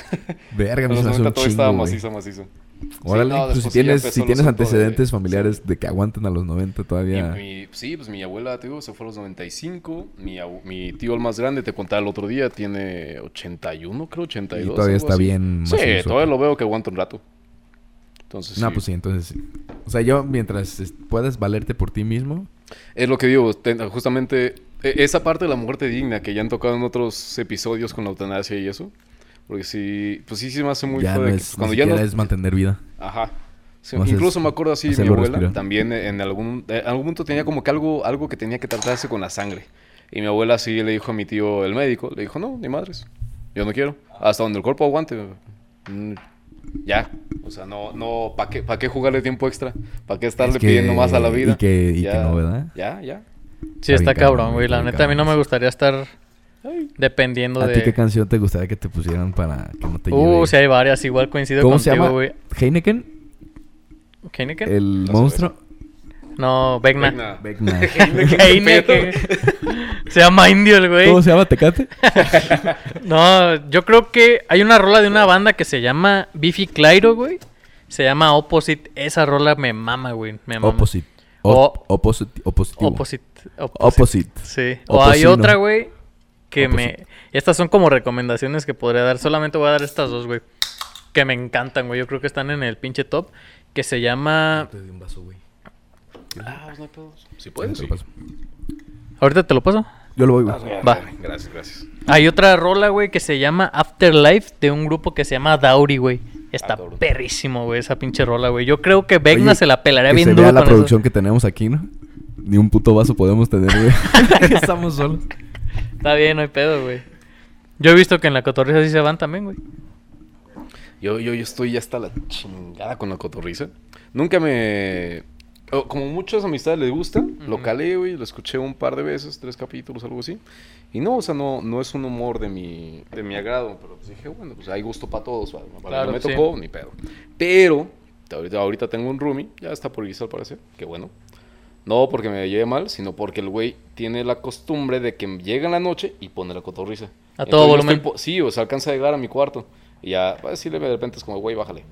Speaker 1: Verga, me
Speaker 2: Para los
Speaker 1: se me hace
Speaker 2: 90
Speaker 1: un
Speaker 2: todo estaba
Speaker 1: chingo, güey.
Speaker 2: macizo, macizo. Sí,
Speaker 1: Órale,
Speaker 2: no,
Speaker 1: pues si
Speaker 2: después sí ya
Speaker 1: tienes,
Speaker 2: empezó
Speaker 1: si
Speaker 2: el
Speaker 1: tienes
Speaker 2: asunto de-
Speaker 1: antecedentes familiares de que aguantan a los 90
Speaker 2: Y
Speaker 1: todavía.
Speaker 2: mi- sí, pues mi abuela, te digo, se fue a los 95. Mi, abu- mi tío, el más grande, te contaba el otro día, tiene 81, creo, 82.
Speaker 1: Y todavía
Speaker 2: algo
Speaker 1: está
Speaker 2: así.
Speaker 1: bien
Speaker 2: Sí,
Speaker 1: macizo.
Speaker 2: todavía lo veo que aguanta un rato. Entonces,
Speaker 1: No,
Speaker 2: sí.
Speaker 1: pues sí, entonces sí. O sea, yo mientras es- puedas valerte por ti mismo,
Speaker 2: Es lo que digo, te- justamente e- esa parte de la muerte digna que ya han tocado en otros episodios con la eutanasia y eso. Porque sí, pues sí, se me hace muy
Speaker 1: ya no
Speaker 2: feo de que,
Speaker 1: es,
Speaker 2: pues,
Speaker 1: ni
Speaker 2: cuando ya no
Speaker 1: siquiera es mantener vida.
Speaker 2: Ajá. Sí,
Speaker 1: Más
Speaker 2: incluso
Speaker 1: es
Speaker 2: me acuerdo así, mi
Speaker 1: hacerlo
Speaker 2: abuela
Speaker 1: respirar.
Speaker 2: también eh, en algún, eh, algún punto tenía como que algo, algo que tenía que tratarse con la sangre. Y mi abuela sí le dijo a mi tío, el médico, le dijo, no, ni madres, yo no quiero. Hasta donde el cuerpo aguante. mm, Ya, o sea, no, no, ¿para qué, pa' qué jugarle tiempo extra? ¿Para qué estarle
Speaker 1: que-
Speaker 2: pidiendo más a la vida?
Speaker 1: y que- y que no, ¿verdad?
Speaker 2: Ya, ya.
Speaker 3: Sí,
Speaker 1: Está
Speaker 3: está
Speaker 1: bien cabrón,
Speaker 3: cabrón, güey.
Speaker 1: está
Speaker 3: La
Speaker 1: bien
Speaker 3: neta, a mí no
Speaker 1: cabrón.
Speaker 3: me gustaría estar
Speaker 2: Ay.
Speaker 3: dependiendo
Speaker 1: ¿A ti qué
Speaker 3: de.
Speaker 1: canción te gustaría que te pusieran para que no te lleve?
Speaker 3: Uh, sí, hay varias. Igual coincido
Speaker 1: ¿Cómo se llama?
Speaker 3: contigo, güey.
Speaker 1: Heineken,
Speaker 3: ¿Heineken?
Speaker 1: el
Speaker 2: sé,
Speaker 1: monstruo.
Speaker 3: No, Vecna.
Speaker 2: Venga.
Speaker 1: Vecna.
Speaker 3: Heineken. se llama Indio el güey.
Speaker 1: ¿Cómo se llama Tecate?
Speaker 3: No, yo creo que hay una rola de una banda que se llama Biffy Clyro, güey. Se llama Opposite. Esa rola me mama, güey. Me mama.
Speaker 1: Opposite.
Speaker 3: O-
Speaker 1: O, opposite. Opositivo.
Speaker 3: Opposite.
Speaker 1: Opposite.
Speaker 3: Sí. O hay
Speaker 1: Opposino.
Speaker 3: otra, güey, que
Speaker 1: Opposite.
Speaker 3: me... Estas son como recomendaciones que podría dar. Solamente voy a dar estas dos, güey. Que me encantan, güey. Yo creo que están en el pinche top. Que se llama...
Speaker 2: Ah, pues no hay pedos. Si
Speaker 1: Ahí
Speaker 2: puedes,
Speaker 1: te lo
Speaker 2: sí. Ah,
Speaker 1: paso.
Speaker 3: Ahorita te lo paso.
Speaker 1: Yo lo voy, güey.
Speaker 3: Va.
Speaker 2: Gracias, gracias.
Speaker 3: Hay otra rola, güey, que se llama Afterlife de un grupo que se llama Dauri, güey. Está
Speaker 2: Ah, cabrón.
Speaker 3: perrísimo, güey, esa pinche rola, güey. Yo creo que Vegna
Speaker 1: Oye,
Speaker 3: se la pelaría
Speaker 1: que
Speaker 3: bien
Speaker 1: se
Speaker 3: duro
Speaker 1: vea la
Speaker 3: con eso.
Speaker 1: producción que tenemos aquí, ¿no? Ni un puto vaso podemos tener, güey. Estamos solos.
Speaker 3: Está bien, no hay pedo, güey. Yo he visto que en la cotorriza sí se van también, güey.
Speaker 2: Yo, yo, yo estoy ya hasta la chingada con la cotorriza. Nunca me. o- Como muchas amistades les gusta, lo calé, güey, lo escuché un par de veces, tres capítulos, algo así. Y no, o sea, no, no es un humor de mi, de mi agrado, pero pues dije, bueno, pues hay gusto para todos, ¿vale? Para
Speaker 3: Claro,
Speaker 2: lo que me
Speaker 3: sí.
Speaker 2: tocó, ni pedo. Pero, ahorita, ahorita tengo un roomie, ya está por guisar al parecer, qué bueno. No porque me lleve mal, sino porque el güey tiene la costumbre de que llega en la noche y pone la cotorriza.
Speaker 3: A todo
Speaker 2: yo
Speaker 3: volumen.
Speaker 2: estoy po- sí, o sea, alcanza a llegar a mi cuarto. Y ya, pues, sí, de repente es como, güey, bájale.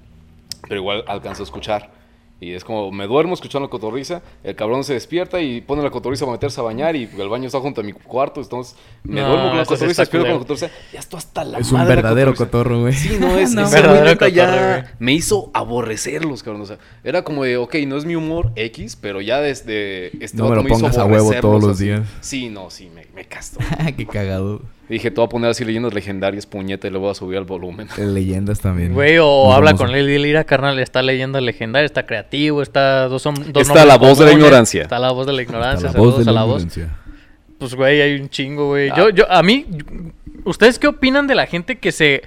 Speaker 2: Pero igual alcanzo a escuchar. Y es como, me duermo escuchando la cotorriza, el cabrón se despierta y pone la cotorriza para meterse a bañar y el baño está junto a mi cuarto, entonces me
Speaker 3: No,
Speaker 2: duermo con la
Speaker 3: eso sí
Speaker 2: cotorriza,
Speaker 3: está
Speaker 2: despierto con la
Speaker 3: culero.
Speaker 2: cotorriza, ya estoy hasta la
Speaker 1: Es un
Speaker 2: madre de la
Speaker 1: verdadero
Speaker 2: cotorriza.
Speaker 1: cotorro, güey.
Speaker 2: Sí, no, es, ese
Speaker 3: Verdadero
Speaker 2: güey neta ya
Speaker 3: cotorro, güey.
Speaker 2: me hizo aborrecerlos, cabrón. O sea, era como de, ok, no es mi humor X, pero ya desde... Este
Speaker 1: No me
Speaker 2: vato
Speaker 1: lo
Speaker 2: hizo
Speaker 1: pongas a huevo
Speaker 2: aborrecerlos
Speaker 1: todos los
Speaker 2: así.
Speaker 1: días.
Speaker 2: Sí, no, sí, me, me casto.
Speaker 1: Qué cagado.
Speaker 2: Dije, te voy a poner así leyendas legendarias, puñeta, y le voy a subir al volumen.
Speaker 1: Eh, Leyendas también.
Speaker 3: Güey, o
Speaker 1: Nos
Speaker 3: habla
Speaker 1: vamos a-
Speaker 3: con Lil Lira, carnal, está leyenda legendaria, está creativo, está... Dos, hom- dos
Speaker 2: Está
Speaker 3: nombres
Speaker 2: la voz de la
Speaker 3: comunes,
Speaker 2: ignorancia.
Speaker 3: Está la voz de la ignorancia,
Speaker 1: Hasta la voz
Speaker 3: saludos
Speaker 1: de
Speaker 3: a
Speaker 1: la
Speaker 3: la voz.
Speaker 1: ignorancia.
Speaker 3: Pues, güey, hay un chingo, güey.
Speaker 2: Ah.
Speaker 3: Yo, yo, a mí, ¿ustedes qué opinan de la gente que se...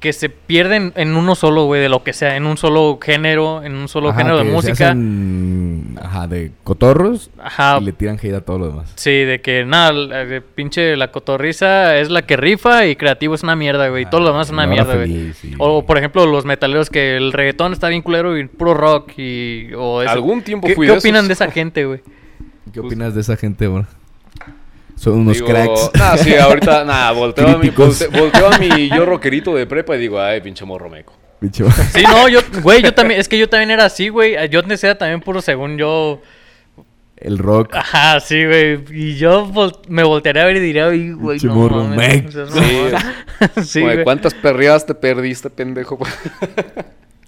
Speaker 3: Que se pierden en uno solo, güey, de lo que sea, en un solo género, en un solo
Speaker 1: Ajá,
Speaker 3: género de
Speaker 1: que se
Speaker 3: música.
Speaker 1: hacen, ajá, de cotorros
Speaker 3: Ajá.
Speaker 1: y le tiran hate a todo lo demás.
Speaker 3: Sí, de que nada, la- de pinche la cotorriza es la que rifa y creativo es una mierda, güey. y todo lo demás es
Speaker 1: y
Speaker 3: una
Speaker 1: ahora
Speaker 3: mierda, güey.
Speaker 1: Ah, feliz, sí.
Speaker 3: O por ejemplo, los metaleros que el reggaetón está bien culero y puro rock y. O eso.
Speaker 2: Algún tiempo
Speaker 3: ¿Qué,
Speaker 2: fui
Speaker 3: ¿qué
Speaker 2: de
Speaker 3: opinan
Speaker 2: esos?
Speaker 3: de esa gente, güey?
Speaker 1: ¿Qué opinas de esa gente, bro? Son unos
Speaker 2: Digo,
Speaker 1: cracks.
Speaker 3: ah,
Speaker 2: Nah, sí, ahorita, nada, volteo, a mi-
Speaker 1: Críticos.
Speaker 2: volte- volteo a mi yo roquerito de prepa y digo, ay, pinche morro meco.
Speaker 1: Bicho.
Speaker 3: Sí, no, yo, güey, yo también, es que yo también era así, güey. Yo antes era también puro según yo.
Speaker 1: El rock.
Speaker 3: Ajá, sí, güey. Y yo vol- me voltearía a ver y diría, "Ay, güey,
Speaker 1: Pinche
Speaker 3: no
Speaker 1: morro,
Speaker 3: mames,
Speaker 1: mec.
Speaker 3: o sea, no
Speaker 2: Sí.
Speaker 3: mames". Sí,
Speaker 2: Como de,
Speaker 3: güey.
Speaker 2: ¿Cuántas perreadas te perdiste, pendejo?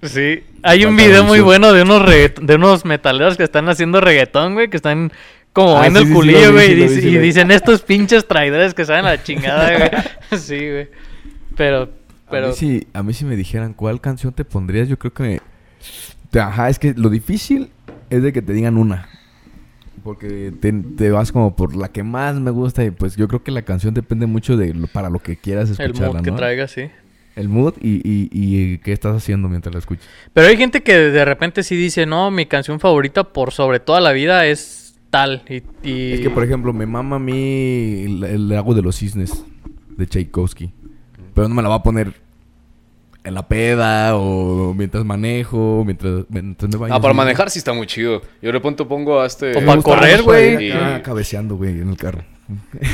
Speaker 3: Sí, hay un
Speaker 1: Falta
Speaker 3: video muy
Speaker 1: mucho.
Speaker 3: bueno de unos regga- de unos metaleros que están haciendo reggaetón, güey, que están como
Speaker 1: Ah,
Speaker 3: moviendo
Speaker 1: sí,
Speaker 3: el
Speaker 1: sí, sí, lo
Speaker 3: culillo,
Speaker 1: vi,
Speaker 3: güey,
Speaker 1: sí,
Speaker 3: y,
Speaker 1: lo vi,
Speaker 3: dice-
Speaker 1: sí,
Speaker 3: y
Speaker 1: lo vi.
Speaker 3: dicen estos pinches traidores que saben la chingada, güey. Sí, güey. Pero
Speaker 1: A,
Speaker 3: pero
Speaker 1: mí si, a mí si me dijeran cuál canción te pondrías, yo creo que me... te- Ajá, es que lo difícil es de que te digan una. Porque te, te vas como por la que más me gusta y pues yo creo que la canción depende mucho de lo- para lo que quieras
Speaker 3: el
Speaker 1: escucharla,
Speaker 3: mood que
Speaker 1: ¿no?
Speaker 3: traiga, sí.
Speaker 1: El mood y, y, y qué estás haciendo mientras la escuchas.
Speaker 3: Pero hay gente que de repente sí dice, "No, mi canción favorita por sobre toda la vida es tal" y, y-
Speaker 1: Es que, por ejemplo, me mama a mí el, el lago de los cisnes de Tchaikovsky. Pero no me la va a poner en la peda o mientras manejo, mientras, mientras me baño.
Speaker 2: Ah, para
Speaker 1: Sí.
Speaker 2: manejar sí está muy chido. Yo de repente pongo a este...
Speaker 3: O
Speaker 1: Me
Speaker 3: para
Speaker 1: gusta
Speaker 3: correr,
Speaker 1: más para ir
Speaker 2: güey.
Speaker 1: acá
Speaker 2: Y-
Speaker 1: cabeceando, güey, en el carro.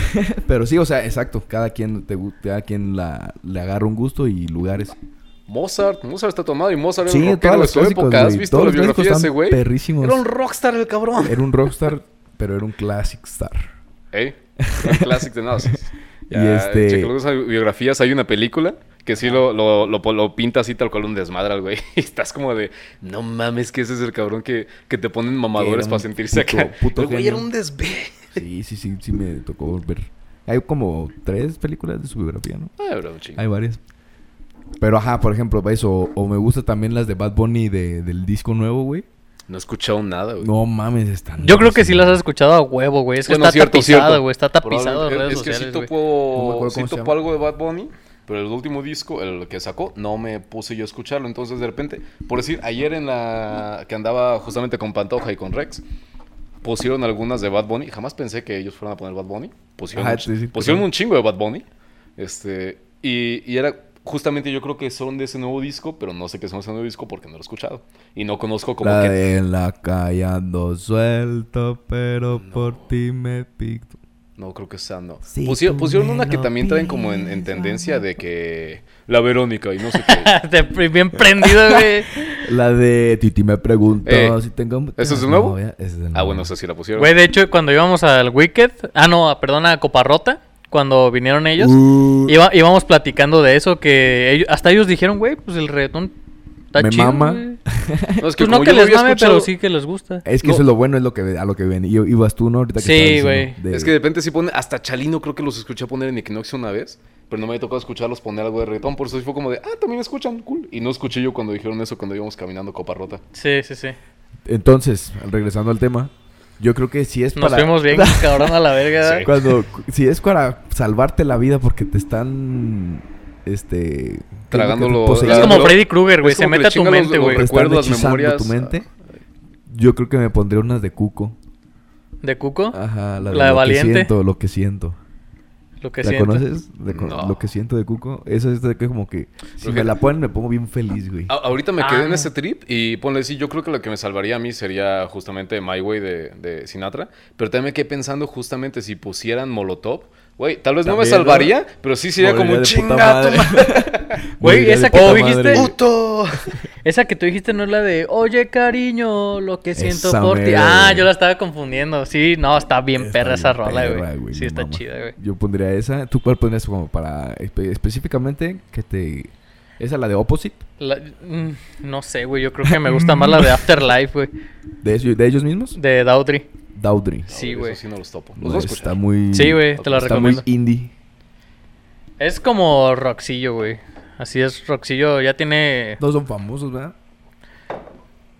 Speaker 1: Pero sí, o sea, exacto. Cada quien, te, gu- cada quien la, le agarra un gusto y lugares.
Speaker 2: Mozart, Mozart está tomado y Mozart era
Speaker 1: Sí,
Speaker 2: un rockero
Speaker 1: todos
Speaker 2: de
Speaker 1: los
Speaker 2: su
Speaker 1: clásicos,
Speaker 2: época. ¿Has
Speaker 1: güey.
Speaker 2: visto
Speaker 1: Todos
Speaker 2: la
Speaker 1: los clásicos
Speaker 2: biografía de ese
Speaker 1: están
Speaker 2: güey?
Speaker 1: perrísimos.
Speaker 2: Era un rockstar el cabrón.
Speaker 1: Era un rockstar, pero era un classic star.
Speaker 2: Ey, un clásico de nada.
Speaker 1: Y
Speaker 2: Ya,
Speaker 1: este-
Speaker 2: checa luego esas biografías. Hay una película que sí lo, lo, lo- lo pinta así tal cual un desmadre al güey. Y estás como de, no mames, que ese es el cabrón que, que te ponen mamadores
Speaker 1: un
Speaker 2: para sentirse
Speaker 1: puto-
Speaker 2: acá.
Speaker 1: puto
Speaker 2: el güey
Speaker 1: genio.
Speaker 2: era un desve.
Speaker 1: Sí, sí, sí, sí me tocó ver. Hay como tres películas de su biografía, ¿no?
Speaker 2: Ah, bro, un chingo.
Speaker 1: Hay varias. Pero ajá, por ejemplo, eso. O me gusta también las de Bad Bunny de- del disco nuevo, güey.
Speaker 2: No he escuchado nada, güey.
Speaker 1: No mames, están.
Speaker 3: Yo creo que sí las has escuchado a huevo, güey. Es que
Speaker 2: Bueno,
Speaker 3: está
Speaker 2: cierto,
Speaker 3: tapizado,
Speaker 2: cierto.
Speaker 3: güey. Está tapizado en
Speaker 2: Probablemente-
Speaker 3: redes
Speaker 2: es que sí
Speaker 3: sociales, güey.
Speaker 1: No me
Speaker 2: topo,
Speaker 1: acuerdo
Speaker 2: sí
Speaker 1: cómo se
Speaker 2: topo
Speaker 1: llama.
Speaker 2: algo de Bad Bunny, pero el último disco, el que sacó, no me puse yo a escucharlo. Entonces, de repente, por decir, ayer en la que andaba justamente con Pantoja y con Rex, pusieron algunas de Bad Bunny. Jamás pensé que ellos fueran a poner Bad Bunny. Pusieron,
Speaker 1: Ajá,
Speaker 2: un,
Speaker 1: sí, sí,
Speaker 2: pusieron
Speaker 1: pusieron.
Speaker 2: un chingo de Bad Bunny. Este, y, y era... Justamente yo creo que son de ese nuevo disco, pero no sé qué son de ese nuevo disco porque no lo he escuchado. Y no conozco como
Speaker 1: La
Speaker 2: que...
Speaker 1: de la calle ando suelto, pero por ti me picto.
Speaker 2: No, creo que esa no.
Speaker 1: Si
Speaker 2: pusieron
Speaker 1: tú
Speaker 2: pusieron
Speaker 1: me
Speaker 2: una que
Speaker 1: lo
Speaker 2: también traen como en,
Speaker 1: pides,
Speaker 2: en tendencia de que la Verónica y no sé qué.
Speaker 3: Te- Bien prendido, güey.
Speaker 1: La de Titi me preguntó
Speaker 2: Eh,
Speaker 1: si tengo.
Speaker 2: ¿eso es de
Speaker 1: una
Speaker 2: nuevo?
Speaker 1: novia. Ese es de
Speaker 2: Ah,
Speaker 1: nuevo.
Speaker 2: bueno, no sé si la pusieron.
Speaker 3: Güey, de hecho, cuando íbamos al Wicked, ah, no, perdón, a Coparrota, cuando vinieron ellos,
Speaker 1: Uh,
Speaker 3: iba- íbamos platicando de eso, que ellos- hasta ellos dijeron, güey, pues el reggaetón está
Speaker 1: Me
Speaker 3: chido.
Speaker 1: mama.
Speaker 3: güey".
Speaker 2: no, es
Speaker 3: Pues no
Speaker 2: como
Speaker 3: que
Speaker 2: yo lo
Speaker 3: les
Speaker 2: había
Speaker 3: mame,
Speaker 2: escuchado-
Speaker 3: pero
Speaker 2: Eh,
Speaker 3: sí que les gusta.
Speaker 1: Es que
Speaker 2: no.
Speaker 1: eso es lo bueno, es lo que ve- a lo que ven. Y, ibas tú, ¿no? Ahorita que
Speaker 3: Sí,
Speaker 1: estabas diciendo
Speaker 3: güey.
Speaker 1: de-
Speaker 2: Es que de repente sí pone. Hasta Chalino creo que los escuché poner en Equinoxio una vez. Pero no me había tocado escucharlos poner algo de reggaetón. Por eso sí fue como de, ah, también escuchan, cool. Y no escuché yo cuando dijeron eso cuando íbamos caminando Coparrota.
Speaker 3: Sí, sí, sí.
Speaker 1: Entonces, regresando al tema, yo creo que si es
Speaker 3: Nos
Speaker 1: para.
Speaker 3: fuimos bien, cabrón, a la verga.
Speaker 2: Sí.
Speaker 1: Cuando, si es para salvarte la vida porque te están, este...
Speaker 2: Tragando
Speaker 1: creo que
Speaker 2: lo-
Speaker 1: poseyendo,
Speaker 3: Es como
Speaker 2: Claro.
Speaker 3: Freddy Krueger, güey,
Speaker 2: Es
Speaker 3: se
Speaker 2: como que
Speaker 3: mete a tu
Speaker 2: chingan los-
Speaker 3: mente,
Speaker 2: los
Speaker 1: te
Speaker 3: güey.
Speaker 1: están
Speaker 2: recuerdo, las
Speaker 1: hechizando
Speaker 2: memorias,
Speaker 1: tu mente.
Speaker 3: ah,
Speaker 1: Yo creo que me pondría unas de Cuco.
Speaker 3: ¿De Cuco?
Speaker 2: Ah,
Speaker 1: Ajá, la de,
Speaker 3: La de
Speaker 1: lo
Speaker 3: Valiente.
Speaker 1: que siento, lo que siento.
Speaker 3: Lo que
Speaker 1: ¿La
Speaker 3: siento.
Speaker 1: conoces? De co-
Speaker 2: No.
Speaker 1: Lo que siento de Cuco. Esa es de que como que si
Speaker 2: Creo
Speaker 1: me
Speaker 2: que-
Speaker 1: la ponen me pongo bien feliz, güey.
Speaker 2: A- ahorita me quedé en
Speaker 3: Ah.
Speaker 2: ese trip y ponle sí, yo creo que lo que me salvaría a mí sería justamente My Way de, de Sinatra. Pero también me quedé pensando justamente si pusieran Molotov. Güey, tal vez no me
Speaker 1: También, ¿no?
Speaker 2: salvaría, pero sí sería como un
Speaker 1: Moriría de puta
Speaker 2: chingato.
Speaker 1: madre.
Speaker 3: Güey,
Speaker 1: Moriría
Speaker 3: esa
Speaker 1: de
Speaker 3: que
Speaker 1: puta
Speaker 3: tú
Speaker 1: madre,
Speaker 3: dijiste-
Speaker 1: güey.
Speaker 2: ¡Puto!
Speaker 3: Esa que tú dijiste no es la de, oye cariño, lo que siento
Speaker 1: Esa
Speaker 3: por ti.
Speaker 1: mera,
Speaker 3: Ah,
Speaker 1: güey.
Speaker 3: yo la estaba confundiendo. Sí, no, está bien
Speaker 1: Está
Speaker 3: perra esa
Speaker 1: bien
Speaker 3: rola,
Speaker 1: perra,
Speaker 3: güey. Sí,
Speaker 1: no
Speaker 3: está
Speaker 1: mames.
Speaker 3: chida, güey.
Speaker 1: Yo pondría esa. ¿Tú cuál pondrías como para... espe- específicamente que te... Esa la de Opposite?
Speaker 3: La- mm, no sé, güey. Yo creo que me gusta más la de Afterlife, güey.
Speaker 1: ¿De, ellos- de ellos mismos?
Speaker 3: De Dautry.
Speaker 1: Dowdry.
Speaker 3: Sí,
Speaker 2: Eso
Speaker 3: güey.
Speaker 2: Sí, no los topo. Los
Speaker 1: No,
Speaker 2: dos
Speaker 1: está muy...
Speaker 3: Sí, güey, te la
Speaker 1: está
Speaker 3: recomiendo.
Speaker 1: muy indie.
Speaker 3: Es como Roxillo, güey. Así es, Roxillo ya tiene.
Speaker 1: No son famosos, ¿verdad?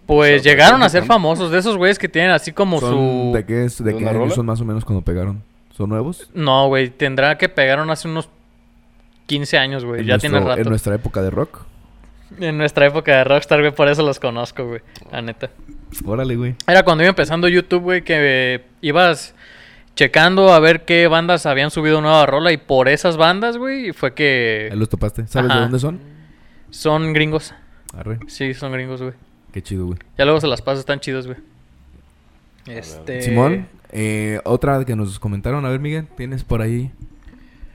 Speaker 3: Pues
Speaker 2: O sea,
Speaker 3: llegaron a ser
Speaker 2: ¿no?
Speaker 3: famosos. De esos güeyes que tienen así como
Speaker 1: Son-
Speaker 3: su.
Speaker 1: ¿De qué, es- de
Speaker 2: ¿De
Speaker 1: qué
Speaker 2: una
Speaker 1: año
Speaker 2: rola?
Speaker 1: son más o menos cuando pegaron? ¿Son nuevos?
Speaker 3: No, güey. Tendrá que pegaron hace unos 15 años,
Speaker 1: En
Speaker 3: güey. Pues Ya
Speaker 1: nuestro-
Speaker 3: tiene rato.
Speaker 1: En nuestra época de rock.
Speaker 3: En nuestra época de Rockstar, güey. Por eso los conozco, güey. La neta.
Speaker 1: Órale, güey.
Speaker 3: Era cuando iba empezando YouTube, güey, que eh, ibas checando a ver qué bandas habían subido nueva rola y por esas bandas, güey, fue
Speaker 1: Ahí
Speaker 3: que
Speaker 1: los topaste. ¿Sabes
Speaker 3: Ajá.
Speaker 1: de dónde son?
Speaker 3: son gringos.
Speaker 1: Arre.
Speaker 3: Sí, son gringos, güey.
Speaker 1: Qué chido, güey.
Speaker 3: Ya luego se las paso, están chidos, güey. Este...
Speaker 1: Simón, eh, otra que nos comentaron. A ver, Miguel, ¿tienes por ahí?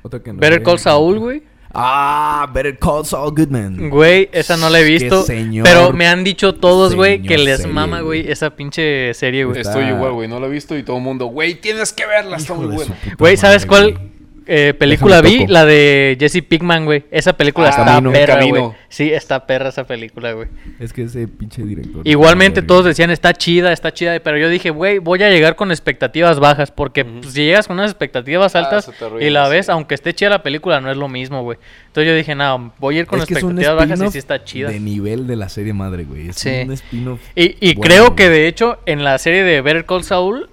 Speaker 1: Otra que nos
Speaker 3: Better
Speaker 1: habían
Speaker 3: Call Saul,
Speaker 1: comentado.
Speaker 3: güey.
Speaker 1: Ah, Better Call Saul Goodman.
Speaker 3: Güey, esa no la he
Speaker 1: Qué
Speaker 3: visto.
Speaker 1: señor-
Speaker 3: pero me han dicho todos, güey, que
Speaker 1: señor
Speaker 3: les
Speaker 1: serie,
Speaker 3: mama, güey,
Speaker 1: güey.
Speaker 3: esa pinche serie, güey.
Speaker 1: Está-
Speaker 2: Estoy igual, güey. No la he visto y todo el mundo, güey, tienes que verla. Está
Speaker 1: Hijo
Speaker 2: muy
Speaker 1: de su
Speaker 2: buena.
Speaker 1: puta
Speaker 3: Güey,
Speaker 1: madre,
Speaker 3: ¿sabes cuál
Speaker 1: güey.
Speaker 3: eh, película
Speaker 1: Déjame
Speaker 3: vi?
Speaker 1: toco.
Speaker 3: La de Jesse Pinkman, güey. Esa película
Speaker 2: Ah,
Speaker 3: está
Speaker 1: Camino.
Speaker 3: perra,
Speaker 2: Camino.
Speaker 3: güey. Sí, está perra esa película, güey.
Speaker 1: Es que ese pinche director.
Speaker 3: Igualmente
Speaker 1: Madre,
Speaker 3: todos
Speaker 1: güey.
Speaker 3: decían, está chida, está chida, pero yo dije, güey, voy a llegar con expectativas bajas, porque
Speaker 2: Ujú.
Speaker 3: pues, si llegas con unas expectativas
Speaker 2: Ah,
Speaker 3: altas
Speaker 2: se te arruina,
Speaker 3: y la
Speaker 2: sí.
Speaker 3: ves, aunque esté chida la película, no es lo mismo, güey. Entonces yo dije, no, voy a ir con
Speaker 1: Es que es un
Speaker 3: expectativas bajas y
Speaker 1: spin-off
Speaker 3: sí está chida.
Speaker 1: De nivel de la serie madre, güey. Es
Speaker 3: Sí.
Speaker 1: un spin-off.
Speaker 3: Y, y
Speaker 1: bueno,
Speaker 3: creo que
Speaker 1: güey.
Speaker 3: de hecho en la serie de Better Call Saul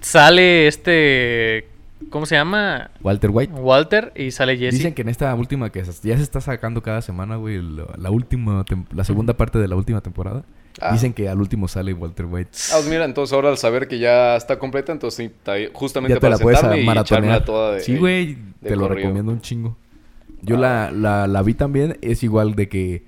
Speaker 3: sale este, ¿cómo se llama?
Speaker 1: Walter White.
Speaker 3: Walter y sale Jesse.
Speaker 1: Dicen que en esta última que se- ya se está sacando cada semana, güey, la, la última tem- la segunda parte de la última temporada.
Speaker 2: Ah.
Speaker 1: Dicen que al último sale Walter White.
Speaker 2: Ah, pues mira, entonces ahora al saber que ya está completa, entonces sí, está ahí, justamente
Speaker 1: Ya te
Speaker 2: para
Speaker 1: la puedes
Speaker 2: sentarme y echármela
Speaker 1: maratonear.
Speaker 2: toda de.
Speaker 1: sí, güey,
Speaker 2: de
Speaker 1: te lo
Speaker 2: corrido. Ah.
Speaker 1: recomiendo un chingo. Yo la, la, la vi también, es igual de que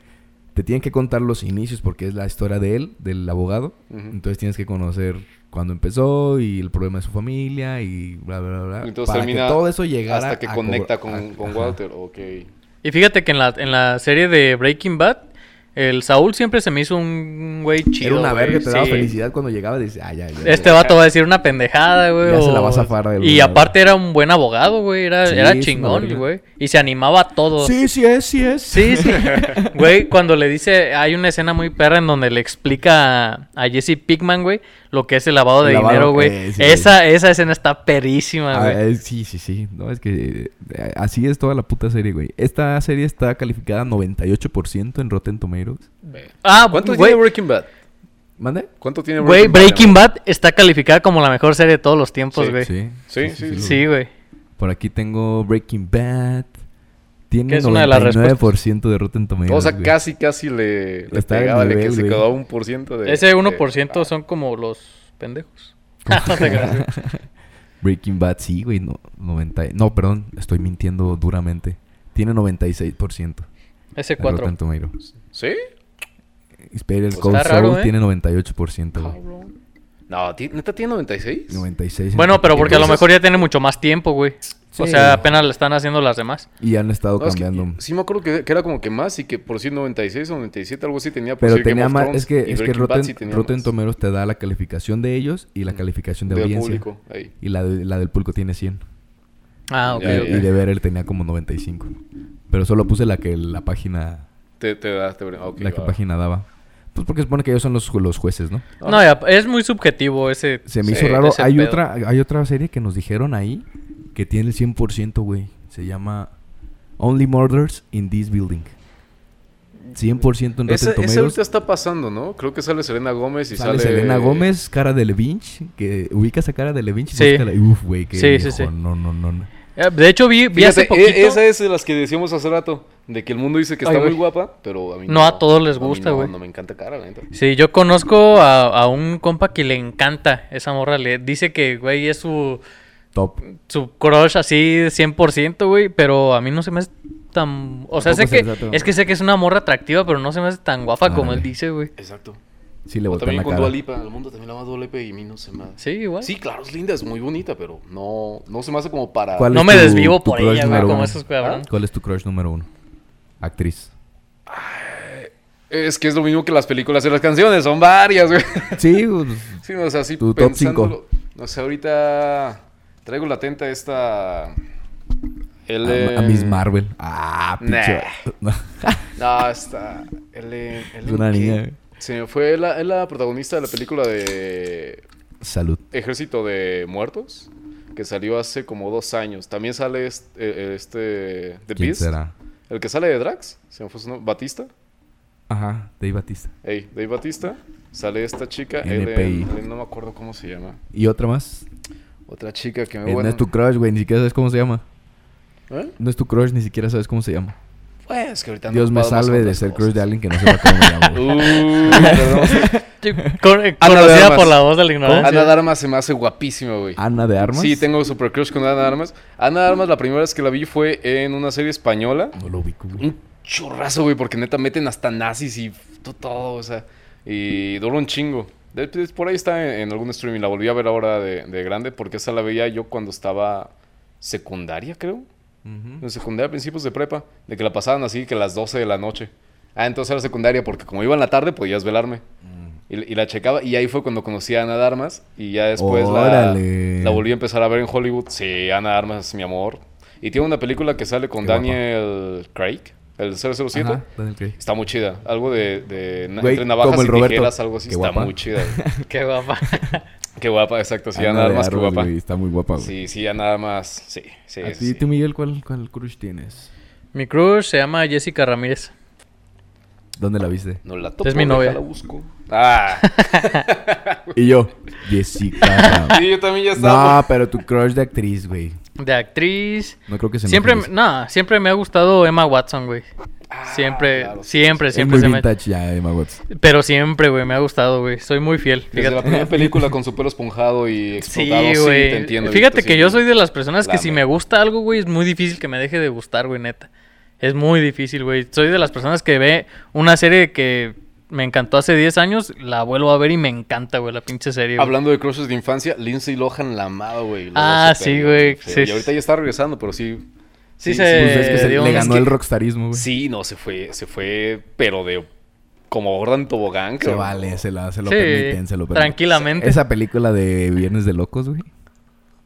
Speaker 1: te tienen que contar los inicios porque es la historia de él, del abogado.
Speaker 2: Ujú.
Speaker 1: Entonces tienes que conocer cuándo empezó y el problema de su familia y bla, bla, bla. bla,
Speaker 2: Entonces
Speaker 1: para
Speaker 2: termina
Speaker 1: que todo eso llegara
Speaker 2: hasta que
Speaker 1: a
Speaker 2: conecta
Speaker 1: cobrar-
Speaker 2: con,
Speaker 1: a-
Speaker 2: con
Speaker 1: ajá.
Speaker 2: Walter. Ok.
Speaker 3: Y fíjate que en la, en la serie de Breaking Bad, el Saúl siempre se me hizo un güey chido.
Speaker 1: Era una
Speaker 3: güey,
Speaker 1: verga, te daba
Speaker 3: sí.
Speaker 1: felicidad cuando llegaba y dices, ah, ya, ya. ya".
Speaker 3: Este vato va a decir una pendejada, güey.
Speaker 1: Ya se la
Speaker 3: o-
Speaker 1: va a zafar de algún
Speaker 3: Y
Speaker 1: lado.
Speaker 3: aparte era un buen abogado, güey. Era,
Speaker 1: Sí, es
Speaker 3: era
Speaker 1: una
Speaker 3: chingón,
Speaker 1: verga.
Speaker 3: güey. Y se animaba a todo.
Speaker 1: Sí, sí es, sí es.
Speaker 3: Sí, sí. Güey, cuando le dice, hay una escena muy perra en donde le explica a- a Jesse Pickman, güey, lo que es el lavado de
Speaker 1: El lavado,
Speaker 3: dinero, güey.
Speaker 1: eh, sí,
Speaker 3: esa, esa escena está perísima,
Speaker 1: Ah,
Speaker 3: güey.
Speaker 1: eh, sí, sí, sí. No, es que eh, así es toda la puta serie, güey. Esta serie está calificada 98% en Rotten Tomatoes.
Speaker 2: Ve.
Speaker 3: Ah,
Speaker 2: ¿Cuántos
Speaker 3: güey,
Speaker 2: tiene Breaking Bad?
Speaker 1: ¿Mande?
Speaker 2: ¿Cuánto tiene
Speaker 3: Güey, Breaking
Speaker 2: Bad?
Speaker 3: Bad está calificada como la mejor serie de todos los tiempos,
Speaker 2: Sí,
Speaker 3: güey. Sí,
Speaker 1: Sí.
Speaker 2: Sí, sí,
Speaker 1: lo-
Speaker 3: sí, güey.
Speaker 1: Por aquí tengo Breaking Bad. Tiene
Speaker 3: Que es una de las
Speaker 1: 99% de Rotten Tomatoes.
Speaker 2: O sea,
Speaker 1: güey.
Speaker 2: casi, casi le, le
Speaker 1: Está al
Speaker 2: pegaba, le que
Speaker 1: nivel,
Speaker 2: se
Speaker 1: güey.
Speaker 2: quedó a un por ciento de...
Speaker 3: Ese
Speaker 2: de- Ah,
Speaker 3: 1% son como los pendejos. No te creas, güey.
Speaker 1: Breaking Bad, sí, güey. No, 90, y- no, perdón, estoy mintiendo duramente. Tiene 96%
Speaker 3: Ese
Speaker 1: de Rotten
Speaker 3: 4.
Speaker 1: Tomatoes.
Speaker 2: ¿Sí?
Speaker 1: Experience
Speaker 2: Pues
Speaker 1: Gold
Speaker 3: está raro,
Speaker 1: Soul
Speaker 3: ¿eh?
Speaker 1: tiene 98%, güey.
Speaker 2: Cabrón. No, ti- ¿neta tiene 96?
Speaker 1: 96.
Speaker 3: Bueno, pero porque a lo
Speaker 2: Entonces-
Speaker 3: mejor ya tiene mucho más tiempo, güey.
Speaker 1: Sí.
Speaker 3: O sea, apenas le están haciendo las demás.
Speaker 1: Y han estado
Speaker 2: No, es que-
Speaker 1: cambiando.
Speaker 2: sí me acuerdo que, que era como que más y que por sí 96 o 97 algo así tenía. por
Speaker 1: Pero
Speaker 2: sí Game
Speaker 1: tenía
Speaker 2: of
Speaker 1: más.
Speaker 2: Thrones
Speaker 1: Es que,
Speaker 2: y
Speaker 1: es que
Speaker 2: Breaking Bad
Speaker 1: Rotten,
Speaker 2: sí tenía
Speaker 1: Rotten
Speaker 2: más
Speaker 1: Tomatoes te da la calificación de ellos y la calificación de
Speaker 2: del
Speaker 1: audiencia.
Speaker 2: público. ahí.
Speaker 1: Y la, de- la del público tiene 100.
Speaker 3: Ah, ok.
Speaker 2: Ya,
Speaker 1: y,
Speaker 2: ya,
Speaker 3: ok.
Speaker 2: ya.
Speaker 1: y de ver él tenía como 95. Pero solo puse la que la página,
Speaker 2: Te, te da, te brinda. ok,
Speaker 1: la que
Speaker 2: va.
Speaker 1: página daba. Pues porque supone que ellos son los, ju- los jueces, ¿no?
Speaker 3: No, ya, es muy subjetivo ese.
Speaker 1: Se me
Speaker 2: Sí,
Speaker 1: hizo raro.
Speaker 3: ese
Speaker 1: Hay
Speaker 3: pedo.
Speaker 1: otra, hay otra serie que nos dijeron ahí que tiene el 100%, güey. Se llama Only Murders in This Building. 100% en Rotten
Speaker 2: Esa, esa
Speaker 1: Tomatoes.
Speaker 2: ahorita está pasando, ¿no? Creo que sale Selena Gómez y
Speaker 1: Sale
Speaker 2: sale...
Speaker 1: Selena Gómez, Cara de Levinch, que ubicas a Cara de Levinch y
Speaker 3: Sí.
Speaker 1: búscala. Y Uf, güey, qué
Speaker 3: Sí, sí,
Speaker 1: viejo.
Speaker 3: sí.
Speaker 1: No, no, no. no.
Speaker 3: Eh, De hecho, vi, vi hace
Speaker 2: Fíjate,
Speaker 3: poquito.
Speaker 2: e- esa es de las que decíamos hace rato, de que el mundo dice que
Speaker 3: Ay,
Speaker 2: está muy
Speaker 3: güey.
Speaker 2: guapa, pero a mí
Speaker 3: No a todos les
Speaker 2: mí
Speaker 3: gusta,
Speaker 2: no,
Speaker 3: güey.
Speaker 2: No, me encanta cara, la neta.
Speaker 3: Sí, yo conozco a, a un compa que le encanta esa morra. Le dice que, güey, es su,
Speaker 1: Top.
Speaker 3: su crush así 100%, güey. Pero a mí no se me hace tan... O sea, sé
Speaker 1: Tampoco
Speaker 3: que,
Speaker 1: sensato.
Speaker 3: es que sé que es una morra atractiva, pero no se me hace tan guapa como él
Speaker 1: Ándale.
Speaker 3: dice, güey.
Speaker 2: Exacto.
Speaker 1: Sí, le
Speaker 2: O
Speaker 1: voltean
Speaker 2: también
Speaker 1: la
Speaker 2: con
Speaker 1: cara.
Speaker 2: Dua Lipa, el mundo también la ama Dua Lipa y a mí no se me hace.
Speaker 3: Sí, igual.
Speaker 2: Sí, claro, es linda, es muy bonita, pero no, no se me hace como para...
Speaker 1: ¿Cuál
Speaker 3: No
Speaker 1: es
Speaker 3: me
Speaker 1: tu-
Speaker 3: desvivo
Speaker 1: tu
Speaker 3: por
Speaker 1: crush
Speaker 3: ella, güey,
Speaker 1: número
Speaker 3: como
Speaker 1: uno?
Speaker 3: esos cabrón.
Speaker 1: ¿Cuál es tu crush número uno? Actriz.
Speaker 2: Es que es lo mismo que las películas y las canciones, son varias, güey.
Speaker 1: Sí, pues,
Speaker 2: Sí, no, o sea, sí
Speaker 1: Tu top
Speaker 2: pensándolo- No sé, ahorita traigo latente esta... El,
Speaker 1: a, a Miss Marvel. Ah, pinche.
Speaker 2: No, está... Ellen, Ellen
Speaker 1: una
Speaker 2: ¿qué?
Speaker 1: niña.
Speaker 2: Se me fue, es la, es la protagonista de la película de
Speaker 1: Salud.
Speaker 2: Ejército de Muertos, que salió hace como dos años. También sale este, eh, este The
Speaker 1: ¿Quién
Speaker 2: Beast,
Speaker 1: será?
Speaker 2: el que sale de Drax, se me fue su nombre, Batista.
Speaker 1: Ajá, Dave Batista.
Speaker 2: Ey, Dave Batista. Sale esta chica,
Speaker 1: NPI.
Speaker 2: Ellen, Ellen, no me acuerdo cómo se llama.
Speaker 1: ¿Y otra más?
Speaker 2: Otra chica que me
Speaker 1: Eh, No
Speaker 2: Ah, bueno,
Speaker 1: es tu crush, güey. Ni siquiera sabes cómo se llama.
Speaker 2: ¿eh?
Speaker 1: No es tu crush, ni siquiera sabes cómo se llama.
Speaker 2: Pues es que ahorita
Speaker 1: Dios me
Speaker 2: ocupado más
Speaker 1: salve
Speaker 2: con
Speaker 1: de
Speaker 2: otras
Speaker 1: ser crush de
Speaker 2: cosas.
Speaker 1: alguien que no sepa cómo se llama. güey.
Speaker 2: Uh, perdón.
Speaker 3: Yo- con- eh,
Speaker 2: Ana de
Speaker 3: conocida
Speaker 2: Armas.
Speaker 3: por la voz de la ignorancia.
Speaker 2: Ana Darma se me hace guapísima, güey.
Speaker 1: Ana de Armas.
Speaker 2: Sí, tengo super crush con Ana de Armas. Ana de Armas, la primera vez que la vi fue en una serie española.
Speaker 1: No lo ubico, güey.
Speaker 2: Un chorrazo, güey, porque neta meten hasta nazis y to- todo, o sea. Y duró un chingo. De- de- Por ahí está en, en algún streaming. La volví a ver ahora de, de grande porque esa la veía yo cuando estaba secundaria, creo. En secundaria, principios de prepa. De que la pasaban así, que a las 12 de la noche. Ah, entonces era secundaria porque como iba en la tarde podías velarme.
Speaker 1: Mm.
Speaker 2: Y, y la checaba. Y ahí fue cuando conocí a Ana de Armas. Y ya después la,
Speaker 1: Órale.
Speaker 2: la volví a empezar a ver en Hollywood. Sí, Ana de Armas, mi amor. Y tiene una película que sale con
Speaker 1: Qué guapa.
Speaker 2: Daniel Craig, el 007.
Speaker 1: Ajá, Daniel Craig.
Speaker 2: Está muy chida. Algo de, de na-
Speaker 1: Güey,
Speaker 2: entre navajas
Speaker 1: como el
Speaker 2: y
Speaker 1: Roberto.
Speaker 2: tijeras, algo así.
Speaker 1: Qué
Speaker 2: Está
Speaker 1: guapa.
Speaker 2: muy chida. güey.
Speaker 3: Qué guapa.
Speaker 2: Qué guapa, exacto. Pues Sí,
Speaker 1: Ana
Speaker 2: Ana de Armas, qué
Speaker 1: Armas,
Speaker 2: guapa.
Speaker 1: güey, Está muy guapa, güey.
Speaker 2: Sí, sí, Ana de Armas. Sí, sí,
Speaker 1: ¿A
Speaker 2: sí,
Speaker 1: ti,
Speaker 2: sí.
Speaker 1: tú, Miguel, cuál, cuál crush tienes?
Speaker 3: Mi crush se llama Jessica Ramírez.
Speaker 1: ¿Dónde la viste?
Speaker 2: No la topo,
Speaker 3: Es mi
Speaker 2: deja,
Speaker 3: novia.
Speaker 2: la busco. Ah,
Speaker 1: Y yo, Jessica. Ramirez.
Speaker 2: sí, yo también ya estaba.
Speaker 1: no, pero tu crush de actriz, güey.
Speaker 3: De actriz.
Speaker 1: No creo que se me
Speaker 3: Siempre,
Speaker 1: enoje.
Speaker 3: no, siempre me ha gustado Emma Watson, güey. Siempre,
Speaker 2: Ah, claro, sí,
Speaker 3: siempre,
Speaker 1: Es
Speaker 3: siempre
Speaker 1: muy
Speaker 3: se me
Speaker 1: vintage ya, Emma Watson.
Speaker 3: Pero siempre, güey, me ha gustado, güey. Soy muy fiel.
Speaker 2: Desde la
Speaker 3: Fíjate.
Speaker 2: primera película con su pelo esponjado y
Speaker 3: Sí,
Speaker 2: explotado. Sí,
Speaker 3: güey.
Speaker 2: te entiendo.
Speaker 3: Fíjate
Speaker 2: Víctor,
Speaker 3: que
Speaker 2: sí.
Speaker 3: yo soy de las personas que si
Speaker 2: Lame.
Speaker 3: me gusta algo, güey, es muy difícil que me deje de gustar, güey, neta. Es muy difícil, güey. Soy de las personas que ve una serie que me encantó hace 10 años, la vuelvo a ver y me encanta, güey, la pinche serie. güey.
Speaker 2: Hablando de crushes de infancia, Lindsay Lohan la amaba, güey.
Speaker 3: Ah,
Speaker 2: La super,
Speaker 3: sí, güey, sí.
Speaker 2: Y ahorita ya está regresando, pero sí.
Speaker 3: Sí, se-
Speaker 1: Pues es que
Speaker 3: Eh,
Speaker 1: se-
Speaker 3: Dios,
Speaker 1: le
Speaker 3: es
Speaker 1: ganó
Speaker 2: que-
Speaker 1: el rockstarismo, güey.
Speaker 2: Sí, no, se fue, se fue, pero de. Como Gordon Tobogán,
Speaker 1: Se
Speaker 2: creo.
Speaker 1: vale, se, la, se lo
Speaker 3: Sí,
Speaker 1: permiten, se lo permiten.
Speaker 3: tranquilamente.
Speaker 1: Esa película de Viernes de Locos, güey.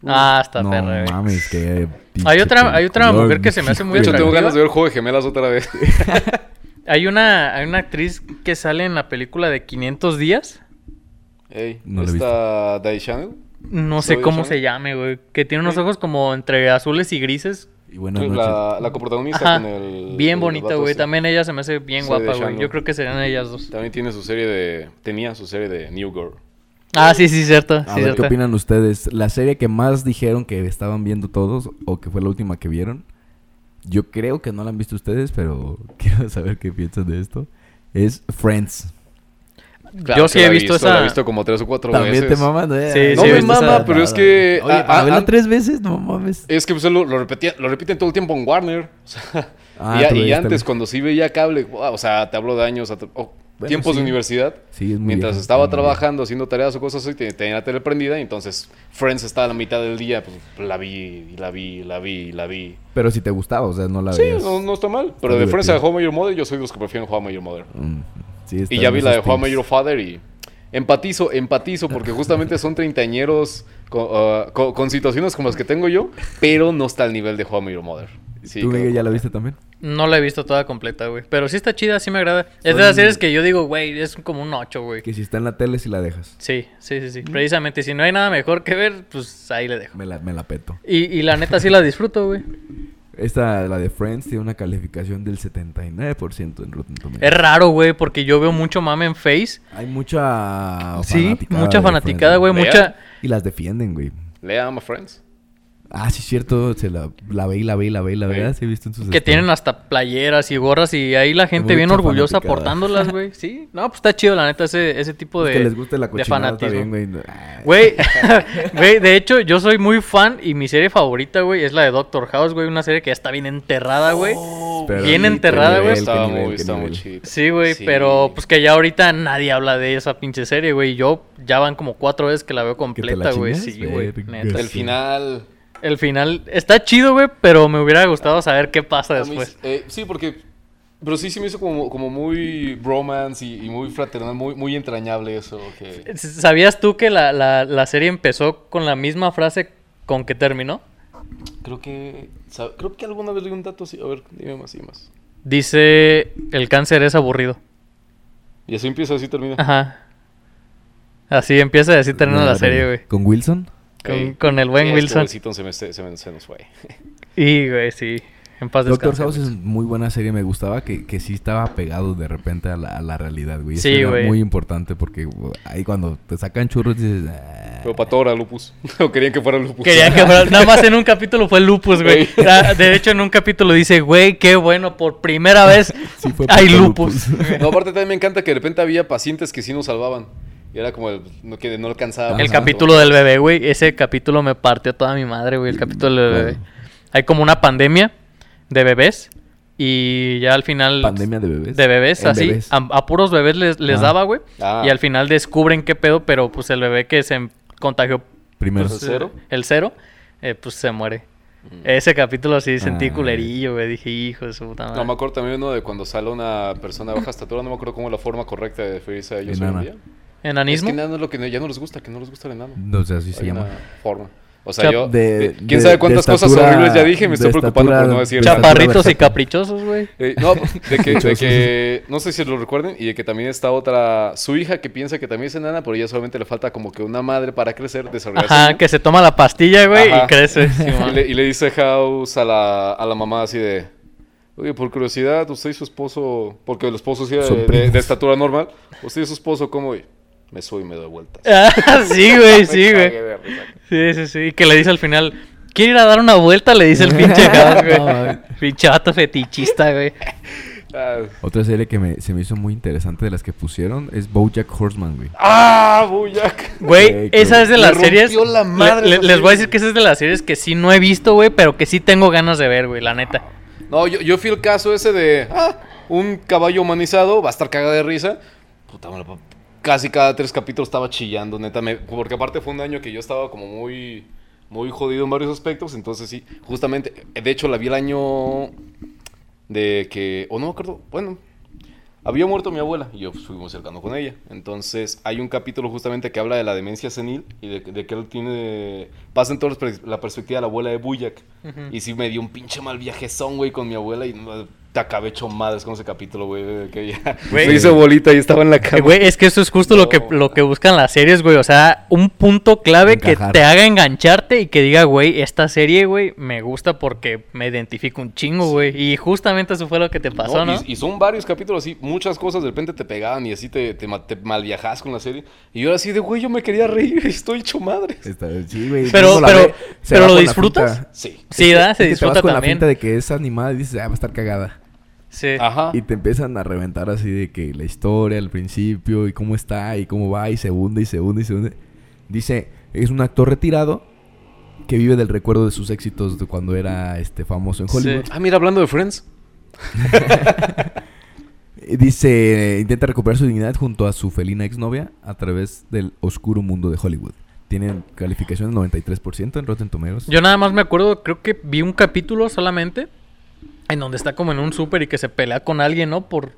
Speaker 3: Ah, está
Speaker 1: no
Speaker 3: perra, güey.
Speaker 1: mames, que...
Speaker 3: Hay otra- hay otra mujer que se me hace muy
Speaker 2: De hecho, tengo
Speaker 3: atractiva.
Speaker 2: ganas de ver Juego de Gemelas otra vez.
Speaker 3: Hay una, hay una actriz que sale en la película de 500 días.
Speaker 2: Ey,
Speaker 1: No la he
Speaker 2: esta Dai Channel.
Speaker 3: No sé
Speaker 2: ¿Zoe
Speaker 3: cómo
Speaker 2: Deschanel?
Speaker 3: se llame, güey. Que tiene unos ojos como entre azules y grises.
Speaker 1: Y buenas noches.
Speaker 2: pues, la, la coprotagonista
Speaker 3: Ajá.
Speaker 2: con el.
Speaker 3: Bien
Speaker 2: el
Speaker 3: bonita,
Speaker 2: vato
Speaker 3: güey.
Speaker 2: este.
Speaker 3: También ella se me hace bien
Speaker 2: Sí,
Speaker 3: guapa,
Speaker 2: de
Speaker 3: güey.
Speaker 2: Shannon.
Speaker 3: Yo creo que serían ellas dos.
Speaker 2: También tiene su serie de. Tenía su serie de New Girl.
Speaker 3: Ah, sí, sí, cierto.
Speaker 1: A
Speaker 3: sí,
Speaker 1: ver qué
Speaker 3: cierto.
Speaker 1: opinan ustedes. La serie que más dijeron que estaban viendo todos o que fue la última que vieron. Yo creo que no la han visto ustedes, pero quiero saber qué piensan de esto. Es Friends.
Speaker 2: Claro
Speaker 3: Yo sí
Speaker 2: que
Speaker 3: he
Speaker 2: la
Speaker 3: visto
Speaker 2: La
Speaker 3: esa.
Speaker 2: he visto como tres o cuatro
Speaker 1: También
Speaker 2: veces.
Speaker 1: te maman. eh.
Speaker 3: Sí,
Speaker 2: No
Speaker 3: sí,
Speaker 2: me
Speaker 3: esta
Speaker 2: mama,
Speaker 3: está-
Speaker 2: pero es que.
Speaker 1: Oye,
Speaker 2: a-
Speaker 1: para
Speaker 2: a-
Speaker 1: verla
Speaker 2: a-
Speaker 1: tres veces, no mames.
Speaker 2: Es que pues, lo, lo repetía- lo repiten todo el tiempo en Warner. O sea,
Speaker 1: Ah,
Speaker 2: y a-
Speaker 1: tú
Speaker 2: y,
Speaker 1: veías
Speaker 2: antes,
Speaker 1: también.
Speaker 2: cuando sí veía cable, wow, o sea, te hablo de años, at- oh,
Speaker 1: Bueno,
Speaker 2: tiempos
Speaker 1: sí.
Speaker 2: de universidad.
Speaker 1: Sí, es muy
Speaker 2: Mientras
Speaker 1: vieja,
Speaker 2: estaba
Speaker 1: está muy vieja.
Speaker 2: trabajando, haciendo tareas o cosas así, te- tenía la tele prendida. y Entonces, Friends estaba a la mitad del día, pues la vi, y la vi, y la vi, y la vi.
Speaker 1: Pero si te gustaba, o sea, no la
Speaker 2: Sí,
Speaker 1: veías.
Speaker 2: no, no está mal. Pero de Friends a
Speaker 1: Ah, divertido.
Speaker 2: How I Met Your Mother, yo soy de los que prefieren How I Met Your Mother.
Speaker 1: Mm, sí, está
Speaker 2: Y ya
Speaker 1: en
Speaker 2: vi la de
Speaker 1: esos
Speaker 2: How I Met
Speaker 1: tips.
Speaker 2: Your Father y empatizo, empatizo, porque justamente son treintañeros con, ah, con- con situaciones como las que tengo yo, pero no está al nivel de How I Met Your Mother. Sí,
Speaker 1: ¿Tú,
Speaker 2: creo
Speaker 1: Miguel,
Speaker 2: que-
Speaker 1: ya la viste también?
Speaker 3: No la he visto toda completa, güey. Pero sí está chida, sí me agrada. Es
Speaker 1: Son-
Speaker 3: de las series que yo digo, güey, es como un 8, güey.
Speaker 1: Que si está en la tele, si la dejas.
Speaker 3: Sí, sí, sí, sí. Precisamente, si no hay nada mejor que ver, pues ahí le dejo.
Speaker 1: Me la, me la peto.
Speaker 3: Y, y la neta sí la disfruto, güey.
Speaker 1: Esta, la de Friends, tiene una calificación del 79% en Rotten Tomatoes.
Speaker 3: Es raro, güey, porque yo veo mucho mame en Face.
Speaker 1: Hay mucha
Speaker 3: Sí,
Speaker 1: Ah, fanaticada
Speaker 3: mucha
Speaker 1: de
Speaker 3: fanaticada,
Speaker 1: Friends,
Speaker 3: güey.
Speaker 2: Real.
Speaker 3: Mucha.
Speaker 1: Y las defienden, güey.
Speaker 2: Lea I'm a Friends.
Speaker 1: Ah, sí, es cierto. Se la, la ve y la ve y la ve y la ve.
Speaker 2: Sí.
Speaker 1: Ah, Sí, he visto en sus
Speaker 3: Que
Speaker 1: stories.
Speaker 3: tienen hasta playeras y gorras y ahí la gente bien
Speaker 1: Mucha
Speaker 3: orgullosa
Speaker 1: fanaticada.
Speaker 3: portándolas, güey. Sí. No, pues está chido, la neta, ese, ese tipo
Speaker 1: Pues
Speaker 3: de.
Speaker 1: Que les guste la
Speaker 3: de
Speaker 1: cochinada
Speaker 3: fanatismo.
Speaker 1: también, güey. No- ah,
Speaker 3: Güey, güey, de hecho, yo soy muy fan y mi serie favorita, güey, es la de Doctor House, güey. Una serie que ya está bien enterrada, güey.
Speaker 1: pero
Speaker 3: bien
Speaker 1: qué
Speaker 3: enterrada, güey.
Speaker 1: qué
Speaker 2: Estaba
Speaker 1: nivel,
Speaker 2: muy,
Speaker 1: qué
Speaker 2: estaba muy
Speaker 1: nivel.
Speaker 2: chida.
Speaker 3: Sí, güey,
Speaker 2: Sí.
Speaker 3: pero pues que ya ahorita nadie habla de esa pinche serie, güey. Yo ya van como cuatro veces que la veo
Speaker 1: te la
Speaker 3: completa, güey.
Speaker 1: chingas,
Speaker 3: Sí, güey.
Speaker 1: verga.
Speaker 3: neta.
Speaker 2: El
Speaker 1: Pues Sí.
Speaker 2: final.
Speaker 3: El final está chido, güey, pero me hubiera gustado saber qué pasa
Speaker 2: A mí
Speaker 3: después.
Speaker 2: s- eh, sí, porque. Pero sí se me hizo como, como muy bromance y, y muy fraternal, muy, muy entrañable eso. que-
Speaker 3: ¿Sabías tú que la, la- la serie empezó con la misma frase con que terminó?
Speaker 2: Creo que. sab- Creo que alguna vez leí un dato así. A ver, dime más y más.
Speaker 3: Dice, el cáncer es aburrido.
Speaker 2: Y así empieza, así termina.
Speaker 3: Ajá. Así empieza y así termina la
Speaker 1: Verga.
Speaker 3: serie, güey.
Speaker 1: ¿Con Wilson?
Speaker 3: Con,
Speaker 2: Ey,
Speaker 3: con el buen
Speaker 2: este
Speaker 3: Wilson.
Speaker 2: Wilson se, me- se- se me- se nos fue.
Speaker 3: Y, güey, sí. En paz
Speaker 1: Doctor
Speaker 3: descanse.
Speaker 1: House es
Speaker 3: Wilson.
Speaker 1: muy buena serie, me gustaba que, que sí estaba pegado de repente a la, a la realidad, güey. Eso
Speaker 3: Sí,
Speaker 1: era
Speaker 3: güey.
Speaker 1: muy importante porque güey, ahí cuando te sacan churros dices... "Ah".
Speaker 2: Pero para todo era lupus. o querían que fuera lupus.
Speaker 3: Querían que fuera- Nada más en un capítulo fue lupus, güey.
Speaker 2: Güey.
Speaker 3: Ah, De hecho, en un capítulo dice, güey, qué bueno, por primera vez
Speaker 1: Sí, fue
Speaker 3: hay
Speaker 1: puto
Speaker 3: lupus.
Speaker 2: No, aparte también me encanta que de repente había pacientes que sí nos salvaban. Y era como el, no, que no alcanzaba.
Speaker 3: El
Speaker 1: Ajá.
Speaker 3: capítulo del bebé, güey. Ese capítulo me partió toda mi madre, güey. El capítulo del bebé.
Speaker 1: Claro.
Speaker 3: Hay como una pandemia de bebés. Y ya al final.
Speaker 1: Pandemia de bebés.
Speaker 3: De bebés,
Speaker 1: En
Speaker 3: así.
Speaker 1: bebés.
Speaker 3: A, a puros bebés les, les
Speaker 1: Ah.
Speaker 3: daba, güey.
Speaker 2: Ah.
Speaker 3: Y al final descubren qué pedo, pero pues el bebé que se contagió.
Speaker 1: Primero.
Speaker 3: pues,
Speaker 2: ¿El cero? Mm.
Speaker 3: eh, El cero, eh, pues se muere. Ese capítulo sí sentí
Speaker 1: Ah.
Speaker 3: culerillo, güey. Dije, hijo de su puta madre.
Speaker 2: No me acuerdo también uno de cuando sale una persona de baja estatura. No me acuerdo cómo la forma correcta de referirse a ellos hoy en
Speaker 1: Enana.
Speaker 2: día. Es
Speaker 3: ¿Enanismo?
Speaker 2: que enano es lo que ya no les gusta, que no les gusta el enano.
Speaker 1: No sé, así se
Speaker 2: Hay
Speaker 1: llama.
Speaker 2: una forma. O
Speaker 3: O
Speaker 2: sea,
Speaker 3: sea,
Speaker 2: yo.
Speaker 1: de-
Speaker 2: de- ¿Quién
Speaker 1: de-
Speaker 2: sabe cuántas
Speaker 1: de
Speaker 2: cosas
Speaker 1: estatura-
Speaker 2: horribles ya dije? Me
Speaker 1: de
Speaker 2: estoy preocupando por
Speaker 1: estatura-
Speaker 2: no decir.
Speaker 1: de estatura
Speaker 3: Chaparritos y
Speaker 1: versátil.
Speaker 3: caprichosos, güey.
Speaker 2: Eh, no, de que, de
Speaker 1: Dichosos.
Speaker 2: que- no sé si lo recuerden y de que también está otra, su hija que piensa que también es enana, pero ya solamente le falta como que una madre para crecer, desarrollarse.
Speaker 3: Ajá,
Speaker 2: ¿no?
Speaker 3: que se toma la pastilla, güey, y
Speaker 2: Ajá.
Speaker 3: crece.
Speaker 2: y, le, y le dice House a la, a la mamá así de, oye, por curiosidad, usted y su esposo, porque el esposo sí era
Speaker 1: Son
Speaker 2: de, de-
Speaker 1: primos.
Speaker 2: de estatura normal, usted y su esposo, ¿cómo? Y me subo y me doy vueltas.
Speaker 3: Ah, sí, güey, sí,
Speaker 2: Me
Speaker 3: güey.
Speaker 2: cagué de risa.
Speaker 3: Sí, sí, sí. Y que le dice al final, ¿quiere ir a dar una vuelta? Le dice el pinche House,
Speaker 1: No,
Speaker 3: güey.
Speaker 1: mames.
Speaker 3: pinche vato fetichista, güey.
Speaker 2: Ah,
Speaker 1: Otra serie que me- se me hizo muy interesante de las que pusieron es Bojack Horseman, güey.
Speaker 2: ¡Ah, Bojack!
Speaker 3: Güey,
Speaker 1: Güey, qué
Speaker 3: esa es de
Speaker 2: Me
Speaker 3: las
Speaker 2: rompió
Speaker 3: series.
Speaker 2: la madre
Speaker 3: le- le-
Speaker 2: esa
Speaker 3: les voy
Speaker 2: serie.
Speaker 3: a decir que esa es de las series que sí no he visto, güey, pero que sí tengo ganas de ver, güey, la neta.
Speaker 2: No, yo, yo fui el caso ese de, ah, un caballo humanizado, va a estar cagada de risa. Puta, madre, pa- casi cada tres capítulos estaba chillando, neta. me- porque aparte fue un año que yo estaba como muy, muy jodido en varios aspectos. Entonces sí, justamente, de hecho la vi el año de que, o no me acuerdo, bueno, había muerto mi abuela y yo pues, fuimos cercano con ella. Entonces hay un capítulo justamente que habla de la demencia senil y de, de que él tiene... Pasa en toda la pers- la perspectiva de la abuela de Buyak. Y sí me dio un pinche mal viajezón, güey, con mi abuela y no- te acabé hecho madres con ese capítulo, güey. Que ya
Speaker 3: Güey.
Speaker 2: me hice bolita y estaba en la
Speaker 3: Eh,
Speaker 2: cama.
Speaker 3: Güey, es que eso es justo lo, que,
Speaker 2: No.
Speaker 3: lo que buscan las series, güey. O sea, un punto clave
Speaker 1: Encajar.
Speaker 3: que te haga engancharte y que diga, güey, esta serie, güey, me gusta porque me identifico un chingo, güey. Y justamente eso fue lo que te pasó, ¿no?
Speaker 2: Y, y son varios capítulos así, muchas cosas de repente te pegaban y así te, te, ma- te malviajas con la serie. Y yo era así de, güey, yo me quería reír, estoy hecho madre.
Speaker 1: Está- sí, güey,
Speaker 3: Pero-
Speaker 1: uno la
Speaker 3: pero-
Speaker 1: ve, se
Speaker 3: pero
Speaker 1: va
Speaker 3: ¿lo
Speaker 1: con la
Speaker 3: disfrutas?
Speaker 1: finta.
Speaker 2: Sí.
Speaker 3: Sí,
Speaker 1: Es que-
Speaker 3: ¿verdad?
Speaker 1: es
Speaker 3: Se
Speaker 1: que te vas
Speaker 3: disfruta
Speaker 1: con la
Speaker 3: también.
Speaker 1: finta de que es animada y dices, ah, va a estar cagada.
Speaker 3: Sí.
Speaker 2: Ajá.
Speaker 1: Y te empiezan a reventar así de que la historia al principio y cómo está y cómo va y se hunde y se hunde y se hunde. Dice, es un actor retirado que vive del recuerdo de sus éxitos de cuando era este famoso en
Speaker 3: Sí.
Speaker 1: Hollywood.
Speaker 2: Ah, mira, hablando de Friends.
Speaker 1: Y Eh, Dice, intenta recuperar su dignidad junto a su felina exnovia a través del oscuro mundo de Hollywood. Tienen calificación del 93% en Rotten Tomatoes.
Speaker 3: Yo nada más me acuerdo, creo que vi un capítulo solamente en donde está como en un súper y que se pelea con alguien, ¿no? Por,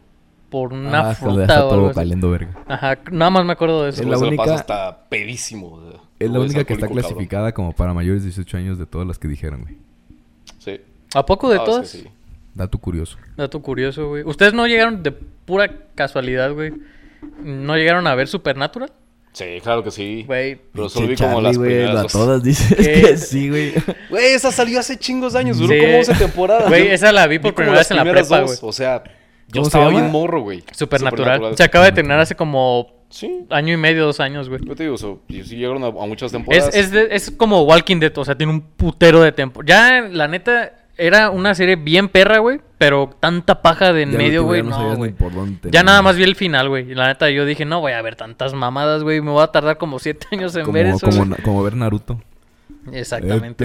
Speaker 3: por una
Speaker 1: Ah, se lo deja
Speaker 3: fruta o algo
Speaker 1: todo
Speaker 3: así.
Speaker 1: valiendo verga.
Speaker 3: Ajá, nada más me acuerdo de eso.
Speaker 1: Es la
Speaker 2: se la
Speaker 1: única-
Speaker 2: pasa hasta pedísimo. o sea,
Speaker 1: Es la
Speaker 2: güey,
Speaker 1: única que está
Speaker 2: alcohólico, cabrón.
Speaker 1: clasificada como para mayores de 18 años de todas las que dijeron, güey.
Speaker 2: Sí.
Speaker 3: ¿A poco de
Speaker 2: Ah, es que
Speaker 3: todas?
Speaker 2: sí.
Speaker 1: Dato curioso.
Speaker 3: Dato curioso, güey. ¿Ustedes no llegaron de pura casualidad, güey? ¿No llegaron a ver Supernatural?
Speaker 2: Sí, claro que sí.
Speaker 3: Güey.
Speaker 2: Pero
Speaker 1: Che,
Speaker 2: solo vi como
Speaker 1: Charlie,
Speaker 2: las
Speaker 1: güey,
Speaker 2: primeras
Speaker 1: lo a
Speaker 2: dos.
Speaker 1: todas dices
Speaker 3: ¿Qué?
Speaker 1: que sí, güey.
Speaker 2: Güey, esa salió hace chingos de años, duró
Speaker 3: Sí.
Speaker 2: como 11 temporadas.
Speaker 3: Güey,
Speaker 2: Yo
Speaker 3: esa la vi por
Speaker 2: como
Speaker 3: primera
Speaker 2: las
Speaker 3: vez en la
Speaker 2: primeras
Speaker 3: prepa,
Speaker 2: dos,
Speaker 3: güey.
Speaker 2: O sea, yo
Speaker 1: ¿Cómo se
Speaker 2: estaba
Speaker 1: llama?
Speaker 2: bien morro, güey.
Speaker 3: Supernatural. Se acaba de terminar hace como
Speaker 2: Sí,
Speaker 3: año y medio, dos años, güey.
Speaker 2: yo te digo, so- y sí llegaron a, a muchas
Speaker 3: Es,
Speaker 2: temporadas.
Speaker 3: es, de- es como Walking Dead, o sea, tiene un putero de tiempo. Ya, la neta, era una serie bien perra, güey, pero tanta paja de en
Speaker 1: Ya
Speaker 3: medio,
Speaker 1: no,
Speaker 3: güey.
Speaker 1: ya
Speaker 3: No,
Speaker 1: sabías ni
Speaker 3: güey.
Speaker 1: por dónde
Speaker 3: Ya nada
Speaker 1: terminar.
Speaker 3: más vi el final, güey. Y la neta, yo dije, no voy a ver tantas mamadas, güey. Me voy a tardar como siete años en
Speaker 1: Como,
Speaker 3: ver eso.
Speaker 1: como,
Speaker 3: güey".
Speaker 1: na- como ver Naruto. Eh,
Speaker 3: Exactamente.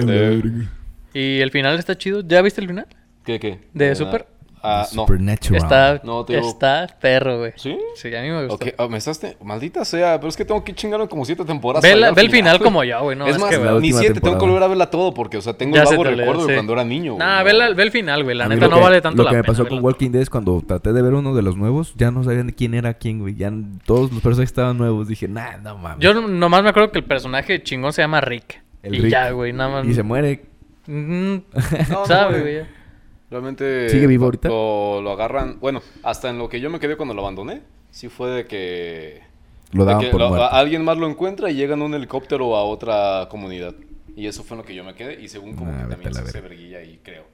Speaker 1: Vete,
Speaker 2: güey.
Speaker 1: verga.
Speaker 3: Y el final está chido. ¿Ya viste el final?
Speaker 2: ¿Qué, qué?
Speaker 3: de
Speaker 2: Nada.
Speaker 3: Super.
Speaker 2: Ah, no.
Speaker 1: Supernatural.
Speaker 3: Está,
Speaker 2: No, te digo-
Speaker 3: está perro, güey.
Speaker 2: ¿Sí?
Speaker 3: Sí, a mí me gustó.
Speaker 2: Ok, ah, me estás... te- Maldita sea, pero es que tengo que chingarlo como siete temporadas.
Speaker 3: Ve,
Speaker 2: para
Speaker 3: la-
Speaker 2: llegar
Speaker 3: ve
Speaker 2: al
Speaker 3: el final como yo, güey. No,
Speaker 2: es
Speaker 3: es
Speaker 2: más,
Speaker 3: que,
Speaker 1: la
Speaker 3: güey.
Speaker 2: ni
Speaker 1: última
Speaker 2: siete, tengo
Speaker 1: temporada.
Speaker 2: que volver a verla todo porque, o sea, tengo
Speaker 3: Ya
Speaker 2: el
Speaker 3: se
Speaker 2: vago
Speaker 3: te olvidó,
Speaker 2: recuerdo de
Speaker 3: sí.
Speaker 2: cuando era niño. güey.
Speaker 3: Nah, ve, la- ve el final, güey. La
Speaker 1: A mí
Speaker 3: neta
Speaker 1: lo
Speaker 3: no
Speaker 1: que-
Speaker 3: vale tanto
Speaker 1: Lo
Speaker 3: la
Speaker 1: que me
Speaker 3: pena
Speaker 1: pasó con
Speaker 3: verla.
Speaker 1: Walking Dead es cuando traté de ver uno de los nuevos, ya no sabían de quién era quién, güey. Ya n- todos los personajes estaban nuevos. Dije, nah, no mames.
Speaker 3: Yo nomás me acuerdo que el personaje chingón se llama Rick.
Speaker 1: El
Speaker 3: y
Speaker 1: Rick.
Speaker 3: ya, güey, nada más.
Speaker 1: Y se muere.
Speaker 3: Mm,
Speaker 2: No, no,
Speaker 3: ¿Sabe,
Speaker 2: güey.
Speaker 3: güey?
Speaker 2: Realmente.
Speaker 1: ¿Sigue vivo ahorita?
Speaker 2: Lo, lo agarran. Bueno, hasta en lo que yo me quedé cuando lo abandoné, sí fue de que.
Speaker 1: Lo
Speaker 2: de
Speaker 1: daban
Speaker 2: que
Speaker 1: por
Speaker 2: lo- ah,
Speaker 1: muerto.
Speaker 2: a- alguien más lo encuentra y llega en un helicóptero a otra comunidad. Y eso fue en lo que yo me quedé. Y según como
Speaker 1: Ah,
Speaker 2: que
Speaker 1: vete a
Speaker 2: también
Speaker 1: la
Speaker 2: se hace
Speaker 1: verga.
Speaker 2: verguilla ahí, creo.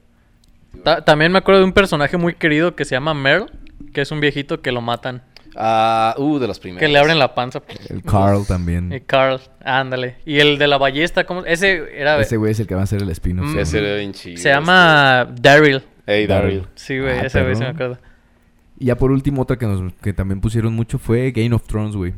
Speaker 3: Ta- también me acuerdo de un personaje muy querido que se llama Merle, que es un viejito que lo matan.
Speaker 2: Ah, uh, de las primeras.
Speaker 3: Que le abren la panza. pues.
Speaker 1: El Carl
Speaker 2: ah,
Speaker 1: también.
Speaker 3: Y Carl, ándale. Y el de la ballesta, ¿cómo? Ese era.
Speaker 1: Ese güey es el que va a hacer el spin
Speaker 3: Mm.
Speaker 2: Ese era bien chido,
Speaker 3: se llama Daryl.
Speaker 2: este. Hey, Daryl.
Speaker 3: Sí, güey,
Speaker 1: Ah,
Speaker 3: ese güey se me
Speaker 1: perro.
Speaker 3: acuerda.
Speaker 1: Y ya por último, otra que, nos, que también pusieron mucho fue Game of Thrones, güey.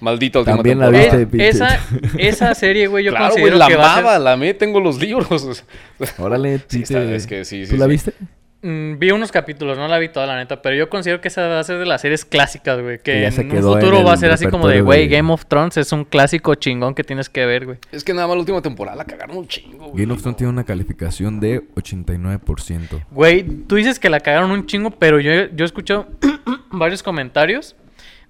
Speaker 2: Maldita última
Speaker 1: También la
Speaker 2: temporada.
Speaker 1: viste.
Speaker 3: Eh,
Speaker 1: pinche.
Speaker 3: esa, esa serie, güey, yo
Speaker 2: Claro, güey,
Speaker 3: considero
Speaker 2: la
Speaker 3: que va a ser-
Speaker 2: amaba, la amé, tengo los libros.
Speaker 1: Órale,
Speaker 2: Sí,
Speaker 1: sí
Speaker 2: está-
Speaker 1: te-
Speaker 2: es que sí, sí,
Speaker 1: ¿Tú la
Speaker 2: sí.
Speaker 1: viste?
Speaker 3: Mm, vi unos capítulos, no la vi toda la neta, pero yo considero que esa va a ser de las series clásicas, güey. Que,
Speaker 1: Que ya se
Speaker 3: en un
Speaker 1: quedó en
Speaker 3: futuro va a
Speaker 1: el
Speaker 3: ser así como de,
Speaker 1: repertorio
Speaker 3: güey,
Speaker 1: de-
Speaker 3: Game of Thrones es un clásico chingón que tienes que ver, güey.
Speaker 2: Es que nada más la última temporada la cagaron un chingo, güey.
Speaker 1: Game of Thrones tiene una calificación de 89%.
Speaker 3: Güey, tú dices que la cagaron un chingo, pero yo, yo he escuchado varios comentarios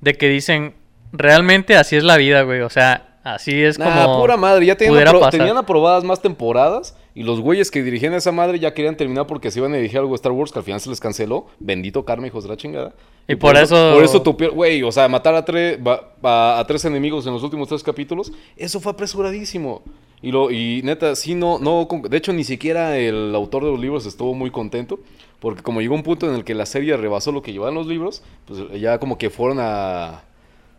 Speaker 3: de que dicen, realmente así es la vida, güey. O sea, así es
Speaker 2: Nah,
Speaker 3: como.
Speaker 2: pura madre, ya tenían,
Speaker 3: pudiera
Speaker 2: apro-
Speaker 3: pasar.
Speaker 2: tenían aprobadas más temporadas y los güeyes que dirigían esa madre ya querían terminar porque se iban a dirigir algo de Star Wars que al final se les canceló. Bendito karma, hijos de la chingada.
Speaker 3: Y por eso-
Speaker 2: Por eso topieron- güey, o sea, matar a, tres va- a- a tres enemigos en los últimos tres capítulos, eso fue apresuradísimo. Y, lo, y neta, sí, no, no, con- de hecho ni siquiera el autor de los libros estuvo muy contento, porque como llegó un punto en el que la serie rebasó lo que llevaban los libros, pues ya como que fueron a...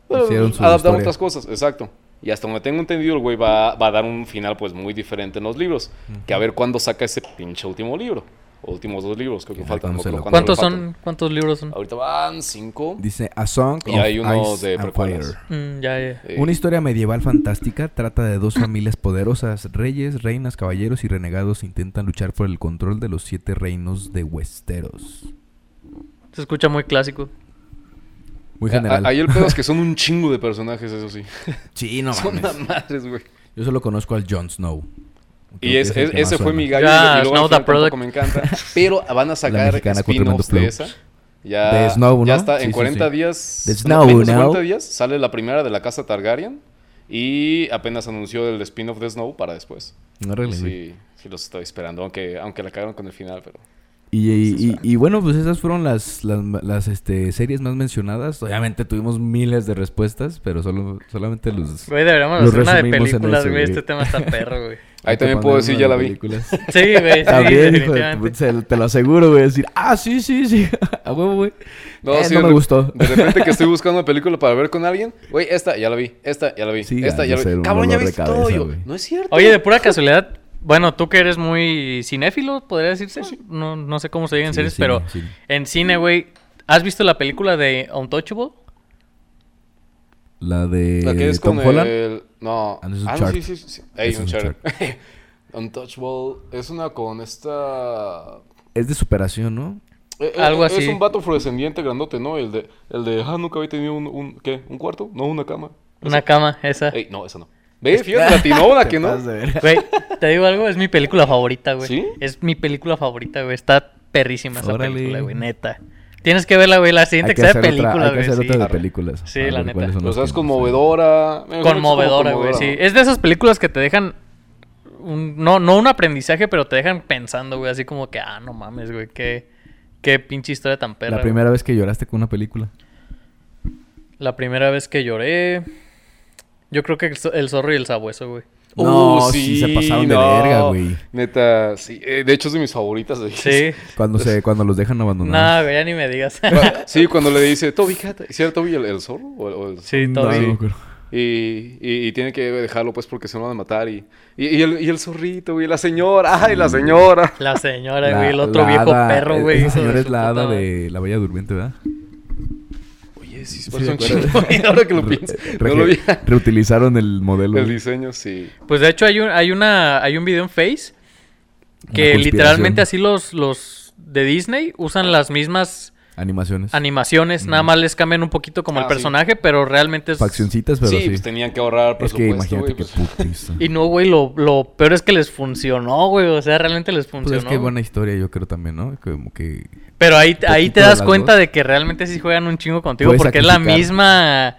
Speaker 2: Bueno,
Speaker 1: Hicieron su
Speaker 2: adaptaron
Speaker 1: historia.
Speaker 2: otras cosas, exacto. Y hasta donde tengo entendido, el güey va, va a dar un final pues muy diferente en los libros. Que a ver cuándo saca ese pinche último libro. O últimos dos libros, creo que
Speaker 1: Ya,
Speaker 2: faltan.
Speaker 1: cuándo se
Speaker 2: no me
Speaker 1: lo-
Speaker 2: acuerdo
Speaker 3: ¿Cuántos
Speaker 2: cuánto le
Speaker 3: son? ¿Cuántos libros son?
Speaker 2: faltan. Ahorita van cinco.
Speaker 1: Dice A Song
Speaker 2: Y
Speaker 1: of
Speaker 2: hay unos
Speaker 1: Ice
Speaker 2: de
Speaker 1: and
Speaker 2: precuelas.
Speaker 1: Fire.
Speaker 3: Mm, ya, ya.
Speaker 2: Eh,
Speaker 1: Una historia medieval fantástica trata de dos familias poderosas, reyes, reinas, caballeros y renegados intentan luchar por el control de los siete reinos de Westeros.
Speaker 3: Se escucha muy clásico.
Speaker 1: Muy
Speaker 2: a- a-
Speaker 1: general.
Speaker 2: Ahí Ah, el pedo es que son un chingo de personajes, eso sí.
Speaker 1: Sí, no
Speaker 2: son
Speaker 1: mames.
Speaker 2: madres, güey.
Speaker 1: Yo solo conozco al Jon Snow. Creo
Speaker 2: Y
Speaker 1: que
Speaker 2: es-
Speaker 1: es el
Speaker 2: es-
Speaker 1: que
Speaker 2: ese
Speaker 1: más
Speaker 2: fue
Speaker 1: suena.
Speaker 2: mi gallo.
Speaker 3: Ya,
Speaker 2: y luego
Speaker 3: Snow
Speaker 2: al final
Speaker 3: the Product.
Speaker 2: tampoco me encanta. Pero van a sacar
Speaker 1: mexicana con
Speaker 2: spin-offs de
Speaker 1: tremendo
Speaker 2: esa.
Speaker 1: flow.
Speaker 2: Ya,
Speaker 1: De Snow,
Speaker 2: ya
Speaker 1: ¿no?
Speaker 2: está.
Speaker 1: Sí,
Speaker 2: en
Speaker 1: sí,
Speaker 2: 40
Speaker 1: sí.
Speaker 2: días.
Speaker 1: De
Speaker 2: no,
Speaker 1: Snow,
Speaker 2: menos de
Speaker 1: ¿no?
Speaker 2: 40 días sale la primera de la casa Targaryen. Y apenas anunció el spin-off de Snow para después.
Speaker 1: Órale, güey.
Speaker 2: Sí, sí los estoy esperando, aunque, aunque la cagaron con el final, pero...
Speaker 1: Y, y- y- y bueno, pues esas fueron las, las, las, este, series más mencionadas. Obviamente tuvimos miles de respuestas, pero solo, solamente los...
Speaker 3: Güey, deberíamos
Speaker 1: Lo
Speaker 3: hacer una de
Speaker 1: resumimos en
Speaker 3: películas,
Speaker 1: eso,
Speaker 3: güey.
Speaker 1: güey.
Speaker 3: Este tema está perro, güey.
Speaker 2: Ahí también puedo decir, ya la vi.
Speaker 1: Películas.
Speaker 3: Sí, güey.
Speaker 1: También,
Speaker 3: Sí,
Speaker 1: hijo de tu-
Speaker 3: definitivamente.
Speaker 1: se- te lo aseguro, güey. Decir, ah, sí, sí, sí. A huevo, güey.
Speaker 2: No,
Speaker 1: Eh,
Speaker 2: sí,
Speaker 1: no me
Speaker 2: de-
Speaker 1: gustó.
Speaker 2: De repente que estoy buscando una película para ver con alguien, güey, esta ya la vi, esta ya la vi,
Speaker 1: Sí,
Speaker 2: esta
Speaker 1: ha
Speaker 2: ya
Speaker 1: de
Speaker 2: la
Speaker 1: ser
Speaker 2: vi.
Speaker 1: un
Speaker 2: Cabrón, ya
Speaker 1: dolor de
Speaker 2: viste todo
Speaker 1: cabeza,
Speaker 2: yo.
Speaker 1: güey.
Speaker 2: No es cierto.
Speaker 3: Oye, de pura casualidad, bueno, tú que eres muy cinéfilo, podría decirse. No, no sé cómo se diga en
Speaker 1: Sí,
Speaker 3: series,
Speaker 1: cine,
Speaker 3: pero
Speaker 1: cine.
Speaker 3: en cine, güey, ¿has visto la película de Untouchable?
Speaker 1: La de
Speaker 2: La que es
Speaker 1: Tom
Speaker 2: con eh,
Speaker 1: Holland.
Speaker 2: el... No.
Speaker 1: Ah, no, es
Speaker 2: Ah, no,
Speaker 1: Uncharted.
Speaker 2: sí, sí, sí. Ey,
Speaker 1: Es
Speaker 2: Uncharted. Untouchable es una con esta...
Speaker 1: Es de superación, ¿no?
Speaker 2: Eh, eh,
Speaker 3: Algo
Speaker 2: Es
Speaker 3: así.
Speaker 2: un vato fluorescendiente grandote, ¿no? El de, el de ah, nunca había tenido un, un... ¿Qué? ¿Un cuarto? No, una cama.
Speaker 3: Una cama, esa.
Speaker 2: Ey, no, esa no. Ve, fíjate, latinó la que no.
Speaker 1: Vas a ver.
Speaker 3: Güey, te digo algo, es mi película favorita, güey.
Speaker 2: ¿Sí?
Speaker 3: Es mi película favorita, güey. Está perrísima esa
Speaker 1: Órale.
Speaker 3: película, güey, neta. Tienes que verla, güey, la siguiente
Speaker 1: Hay
Speaker 3: que
Speaker 1: que
Speaker 3: sea
Speaker 1: hacer
Speaker 3: de
Speaker 1: otra,
Speaker 3: película,
Speaker 1: hay que
Speaker 3: güey.
Speaker 1: hacer
Speaker 3: sí.
Speaker 1: otra de películas.
Speaker 3: Sí,
Speaker 1: A
Speaker 3: la
Speaker 1: ver
Speaker 3: neta.
Speaker 1: cuáles son
Speaker 2: O
Speaker 1: los
Speaker 2: sea, es
Speaker 1: temas, ¿eh?
Speaker 2: conmovedora. Me gusta mucho como
Speaker 3: Conmovedora, güey, sí. Es de esas películas que te dejan. un- no, no un aprendizaje, pero te dejan pensando, güey. Así como que, ah, no mames, güey, qué, qué pinche historia tan perra.
Speaker 1: La
Speaker 3: güey.
Speaker 1: primera vez que lloraste con una película.
Speaker 3: La primera vez que lloré. Yo creo que el, zo- el zorro y el sabueso, güey.
Speaker 1: No, sí, se pasaron de verga, güey.
Speaker 2: Uh, Neta, sí. Eh, de hecho, es de mis favoritas. de-
Speaker 3: Sí.
Speaker 1: Cuando se, cuando los dejan abandonados.
Speaker 3: Nada, güey, ya ni me digas.
Speaker 2: Sí, cuando le dice, Toby, ¿qué ¿sí era Toby el, el zorro? O el- o el-
Speaker 3: sí,
Speaker 1: No,
Speaker 3: todo.
Speaker 1: no
Speaker 3: bien.
Speaker 1: me acuerdo.
Speaker 2: Y, y, y tiene que dejarlo, pues, porque se lo van a matar. Y, y, y el, y el zorrito, y la señora, ay, la señora.
Speaker 3: La señora,
Speaker 1: La-
Speaker 3: güey, el otro
Speaker 1: la
Speaker 3: viejo
Speaker 1: hada-
Speaker 3: perro, güey.
Speaker 1: Esa
Speaker 3: hijo de
Speaker 1: señora es
Speaker 3: su
Speaker 1: la
Speaker 3: puta
Speaker 1: hada
Speaker 3: madre.
Speaker 1: de La Bella Durmiente, ¿verdad?
Speaker 2: Oye, sí, se
Speaker 1: Sí,
Speaker 2: parece
Speaker 1: de
Speaker 2: un
Speaker 1: acuerdo.
Speaker 2: chingo. Y ahora que lo
Speaker 1: Pues Re-
Speaker 2: pienso,
Speaker 1: re-
Speaker 2: no lo vi.
Speaker 1: Reutilizaron el modelo.
Speaker 2: El
Speaker 1: güey.
Speaker 2: diseño, sí.
Speaker 3: Pues de hecho hay un, hay una, hay un video en Face
Speaker 1: Una
Speaker 3: que
Speaker 1: conspiración.
Speaker 3: literalmente así los, los de Disney usan las mismas
Speaker 1: Animaciones.
Speaker 3: animaciones, nada más les cambian un poquito
Speaker 2: Ah,
Speaker 3: como el
Speaker 2: sí.
Speaker 3: personaje, pero realmente es...
Speaker 1: Faccioncitas, pero
Speaker 2: Sí,
Speaker 1: Mm. sí.
Speaker 2: pues tenían que ahorrar
Speaker 1: es que
Speaker 2: presupuesto,
Speaker 1: imagínate
Speaker 2: güey,
Speaker 1: que
Speaker 2: pues.
Speaker 1: putiza.
Speaker 3: Y no, güey, lo, lo peor es que les funcionó, güey, o sea, realmente les
Speaker 1: Pues
Speaker 3: funcionó.
Speaker 1: es que buena historia, yo creo también, ¿no? Como que.
Speaker 3: Pero ahí, ahí
Speaker 1: poquito
Speaker 3: te
Speaker 1: de
Speaker 3: das
Speaker 1: las
Speaker 3: cuenta
Speaker 1: dos.
Speaker 3: de que realmente sí juegan un chingo contigo,
Speaker 1: Puedes
Speaker 3: porque es la
Speaker 1: sacrificar.
Speaker 3: misma...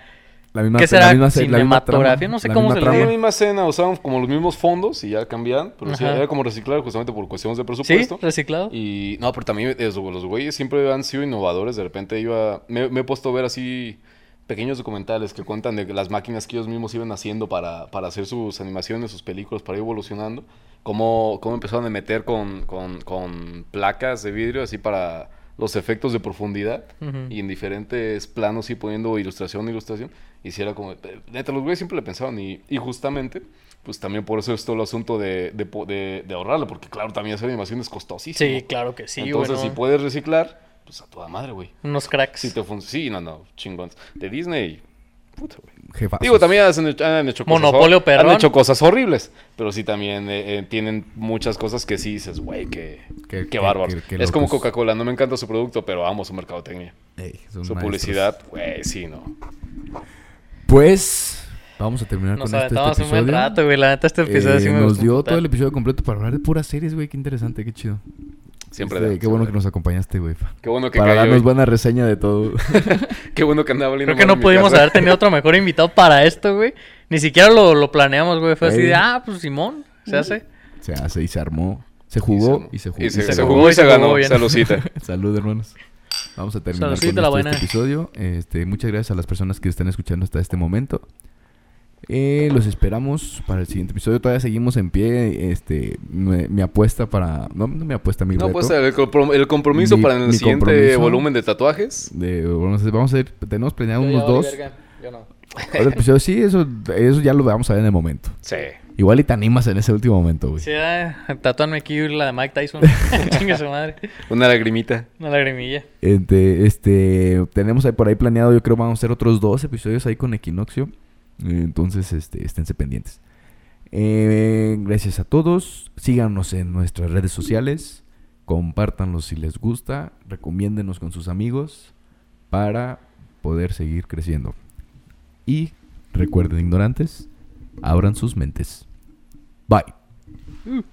Speaker 1: La misma
Speaker 3: ¿Qué
Speaker 1: la
Speaker 3: será?
Speaker 1: misma se- la misma trama,
Speaker 3: Cinematografía, no sé
Speaker 1: la
Speaker 3: cómo
Speaker 1: misma
Speaker 3: se le
Speaker 2: Tenía
Speaker 1: trama.
Speaker 2: la misma escena, usaban como los mismos fondos y ya cambiaban, pero sí,
Speaker 3: Ajá.
Speaker 2: era como reciclar justamente por cuestiones de
Speaker 3: ¿Sí?
Speaker 2: presupuesto.
Speaker 3: ¿Reciclado?
Speaker 2: Y no, pero también eh, los, los güeyes siempre han sido innovadores. De repente iba. Me, me he puesto a ver así pequeños documentales que cuentan de las máquinas que ellos mismos iban haciendo para, para hacer sus animaciones, sus películas, para ir evolucionando. Cómo, cómo empezaron a meter con, con, con placas de vidrio así para los efectos de profundidad
Speaker 3: Ujú.
Speaker 2: y en diferentes planos y poniendo ilustración, ilustración. Y si era como, eh, neta, los güeyes siempre le pensaban y, y justamente, pues también por eso es todo el asunto de, de, po- de- de ahorrarle, porque claro, también hacer animación es costosísimo.
Speaker 3: Sí, claro que sí, güey.
Speaker 2: Entonces, si
Speaker 3: no-
Speaker 2: puedes reciclar, pues a toda madre, güey.
Speaker 3: Unos cracks.
Speaker 2: Si te funciona, sí, no, no, chingón. De Disney, puta, güey.
Speaker 1: Jefazos.
Speaker 2: Digo, también hacen- han, hecho cosas.
Speaker 3: Monopolio
Speaker 2: hor-
Speaker 3: perrón.
Speaker 2: Han hecho cosas horribles. Pero sí también eh, eh, tienen muchas cosas que sí dices, güey, que,
Speaker 1: Qué-
Speaker 2: qué,
Speaker 1: qué-
Speaker 2: bárbaro.
Speaker 1: qué- qué
Speaker 2: es como
Speaker 1: locos.
Speaker 2: Coca-Cola, no me encanta su producto, pero amo su mercadotecnia.
Speaker 1: Ey, son
Speaker 2: Su
Speaker 1: maestros.
Speaker 2: publicidad, güey, sí, no.
Speaker 1: Pues vamos a terminar
Speaker 3: Nos
Speaker 1: con este, este
Speaker 3: aventamos
Speaker 1: episodio.
Speaker 3: un buen rato, güey. La neta, este episodio
Speaker 1: Eh,
Speaker 3: sí me
Speaker 1: nos
Speaker 3: gustó un
Speaker 1: dio
Speaker 3: puta.
Speaker 1: todo el episodio completo para hablar de puras series, güey. Qué interesante, qué chido.
Speaker 2: Siempre.
Speaker 1: Este,
Speaker 2: de-
Speaker 1: qué bueno que
Speaker 2: siempre
Speaker 1: nos acompañaste, güey.
Speaker 2: de- Qué bueno que
Speaker 1: Para
Speaker 2: cayó
Speaker 1: darnos
Speaker 2: hoy.
Speaker 1: buena reseña de todo.
Speaker 2: Qué bueno que andaba oliendo
Speaker 3: Creo
Speaker 2: mal
Speaker 3: que no
Speaker 2: en mi
Speaker 3: pudimos
Speaker 2: casa.
Speaker 3: haber tenido otro mejor invitado para esto, güey. Ni siquiera lo, lo planeamos, güey. Fue así
Speaker 1: Ey.
Speaker 3: de, ah, pues Simón, se hace.
Speaker 1: se hace y se armó. Se jugó
Speaker 2: armó.
Speaker 1: y se jugó.
Speaker 2: Y se,
Speaker 3: se
Speaker 2: se
Speaker 3: jugó
Speaker 2: jugó
Speaker 3: y
Speaker 2: y se
Speaker 3: se jugó
Speaker 2: ganó.
Speaker 3: bien.
Speaker 2: Salucita.
Speaker 1: Salud, hermanos. Vamos a terminar con
Speaker 3: Saludcita, la
Speaker 1: esto, este
Speaker 3: buena.
Speaker 1: episodio. Este, muchas gracias a las personas que están escuchando hasta este momento. Eh, los esperamos para el siguiente episodio. Todavía seguimos en pie. Este, me- mi, apuesta para. No, no mi apuesta, mi
Speaker 2: No,
Speaker 1: reto.
Speaker 2: pues el, comprom- el compromiso
Speaker 1: Mi-
Speaker 2: para el
Speaker 1: mi
Speaker 2: siguiente
Speaker 1: compromiso.
Speaker 2: volumen de tatuajes.
Speaker 1: De- vamos, a, hacer- vamos a ir. Tenemos planeado unos dos.
Speaker 3: Yo no.
Speaker 1: Ahora el episodio, sí, eso, eso ya lo vamos a ver en el momento.
Speaker 2: Sí.
Speaker 1: Igual y te animas en ese último momento, güey.
Speaker 3: Sí, ah, tatuarme aquí la de Mike Tyson. Chingue su madre.
Speaker 2: Una lagrimita.
Speaker 3: Una lagrimilla.
Speaker 1: Este, este, tenemos ahí por ahí planeado, yo creo vamos a hacer otros dos episodios ahí con Equinoccio. Eh, Entonces, este, esténse pendientes. Eh, gracias a todos. Síganos en nuestras redes sociales. Compártanlos si les gusta. Recomiéndenos con sus amigos para poder seguir creciendo. Y recuerden, ignorantes, abran sus mentes. Bye.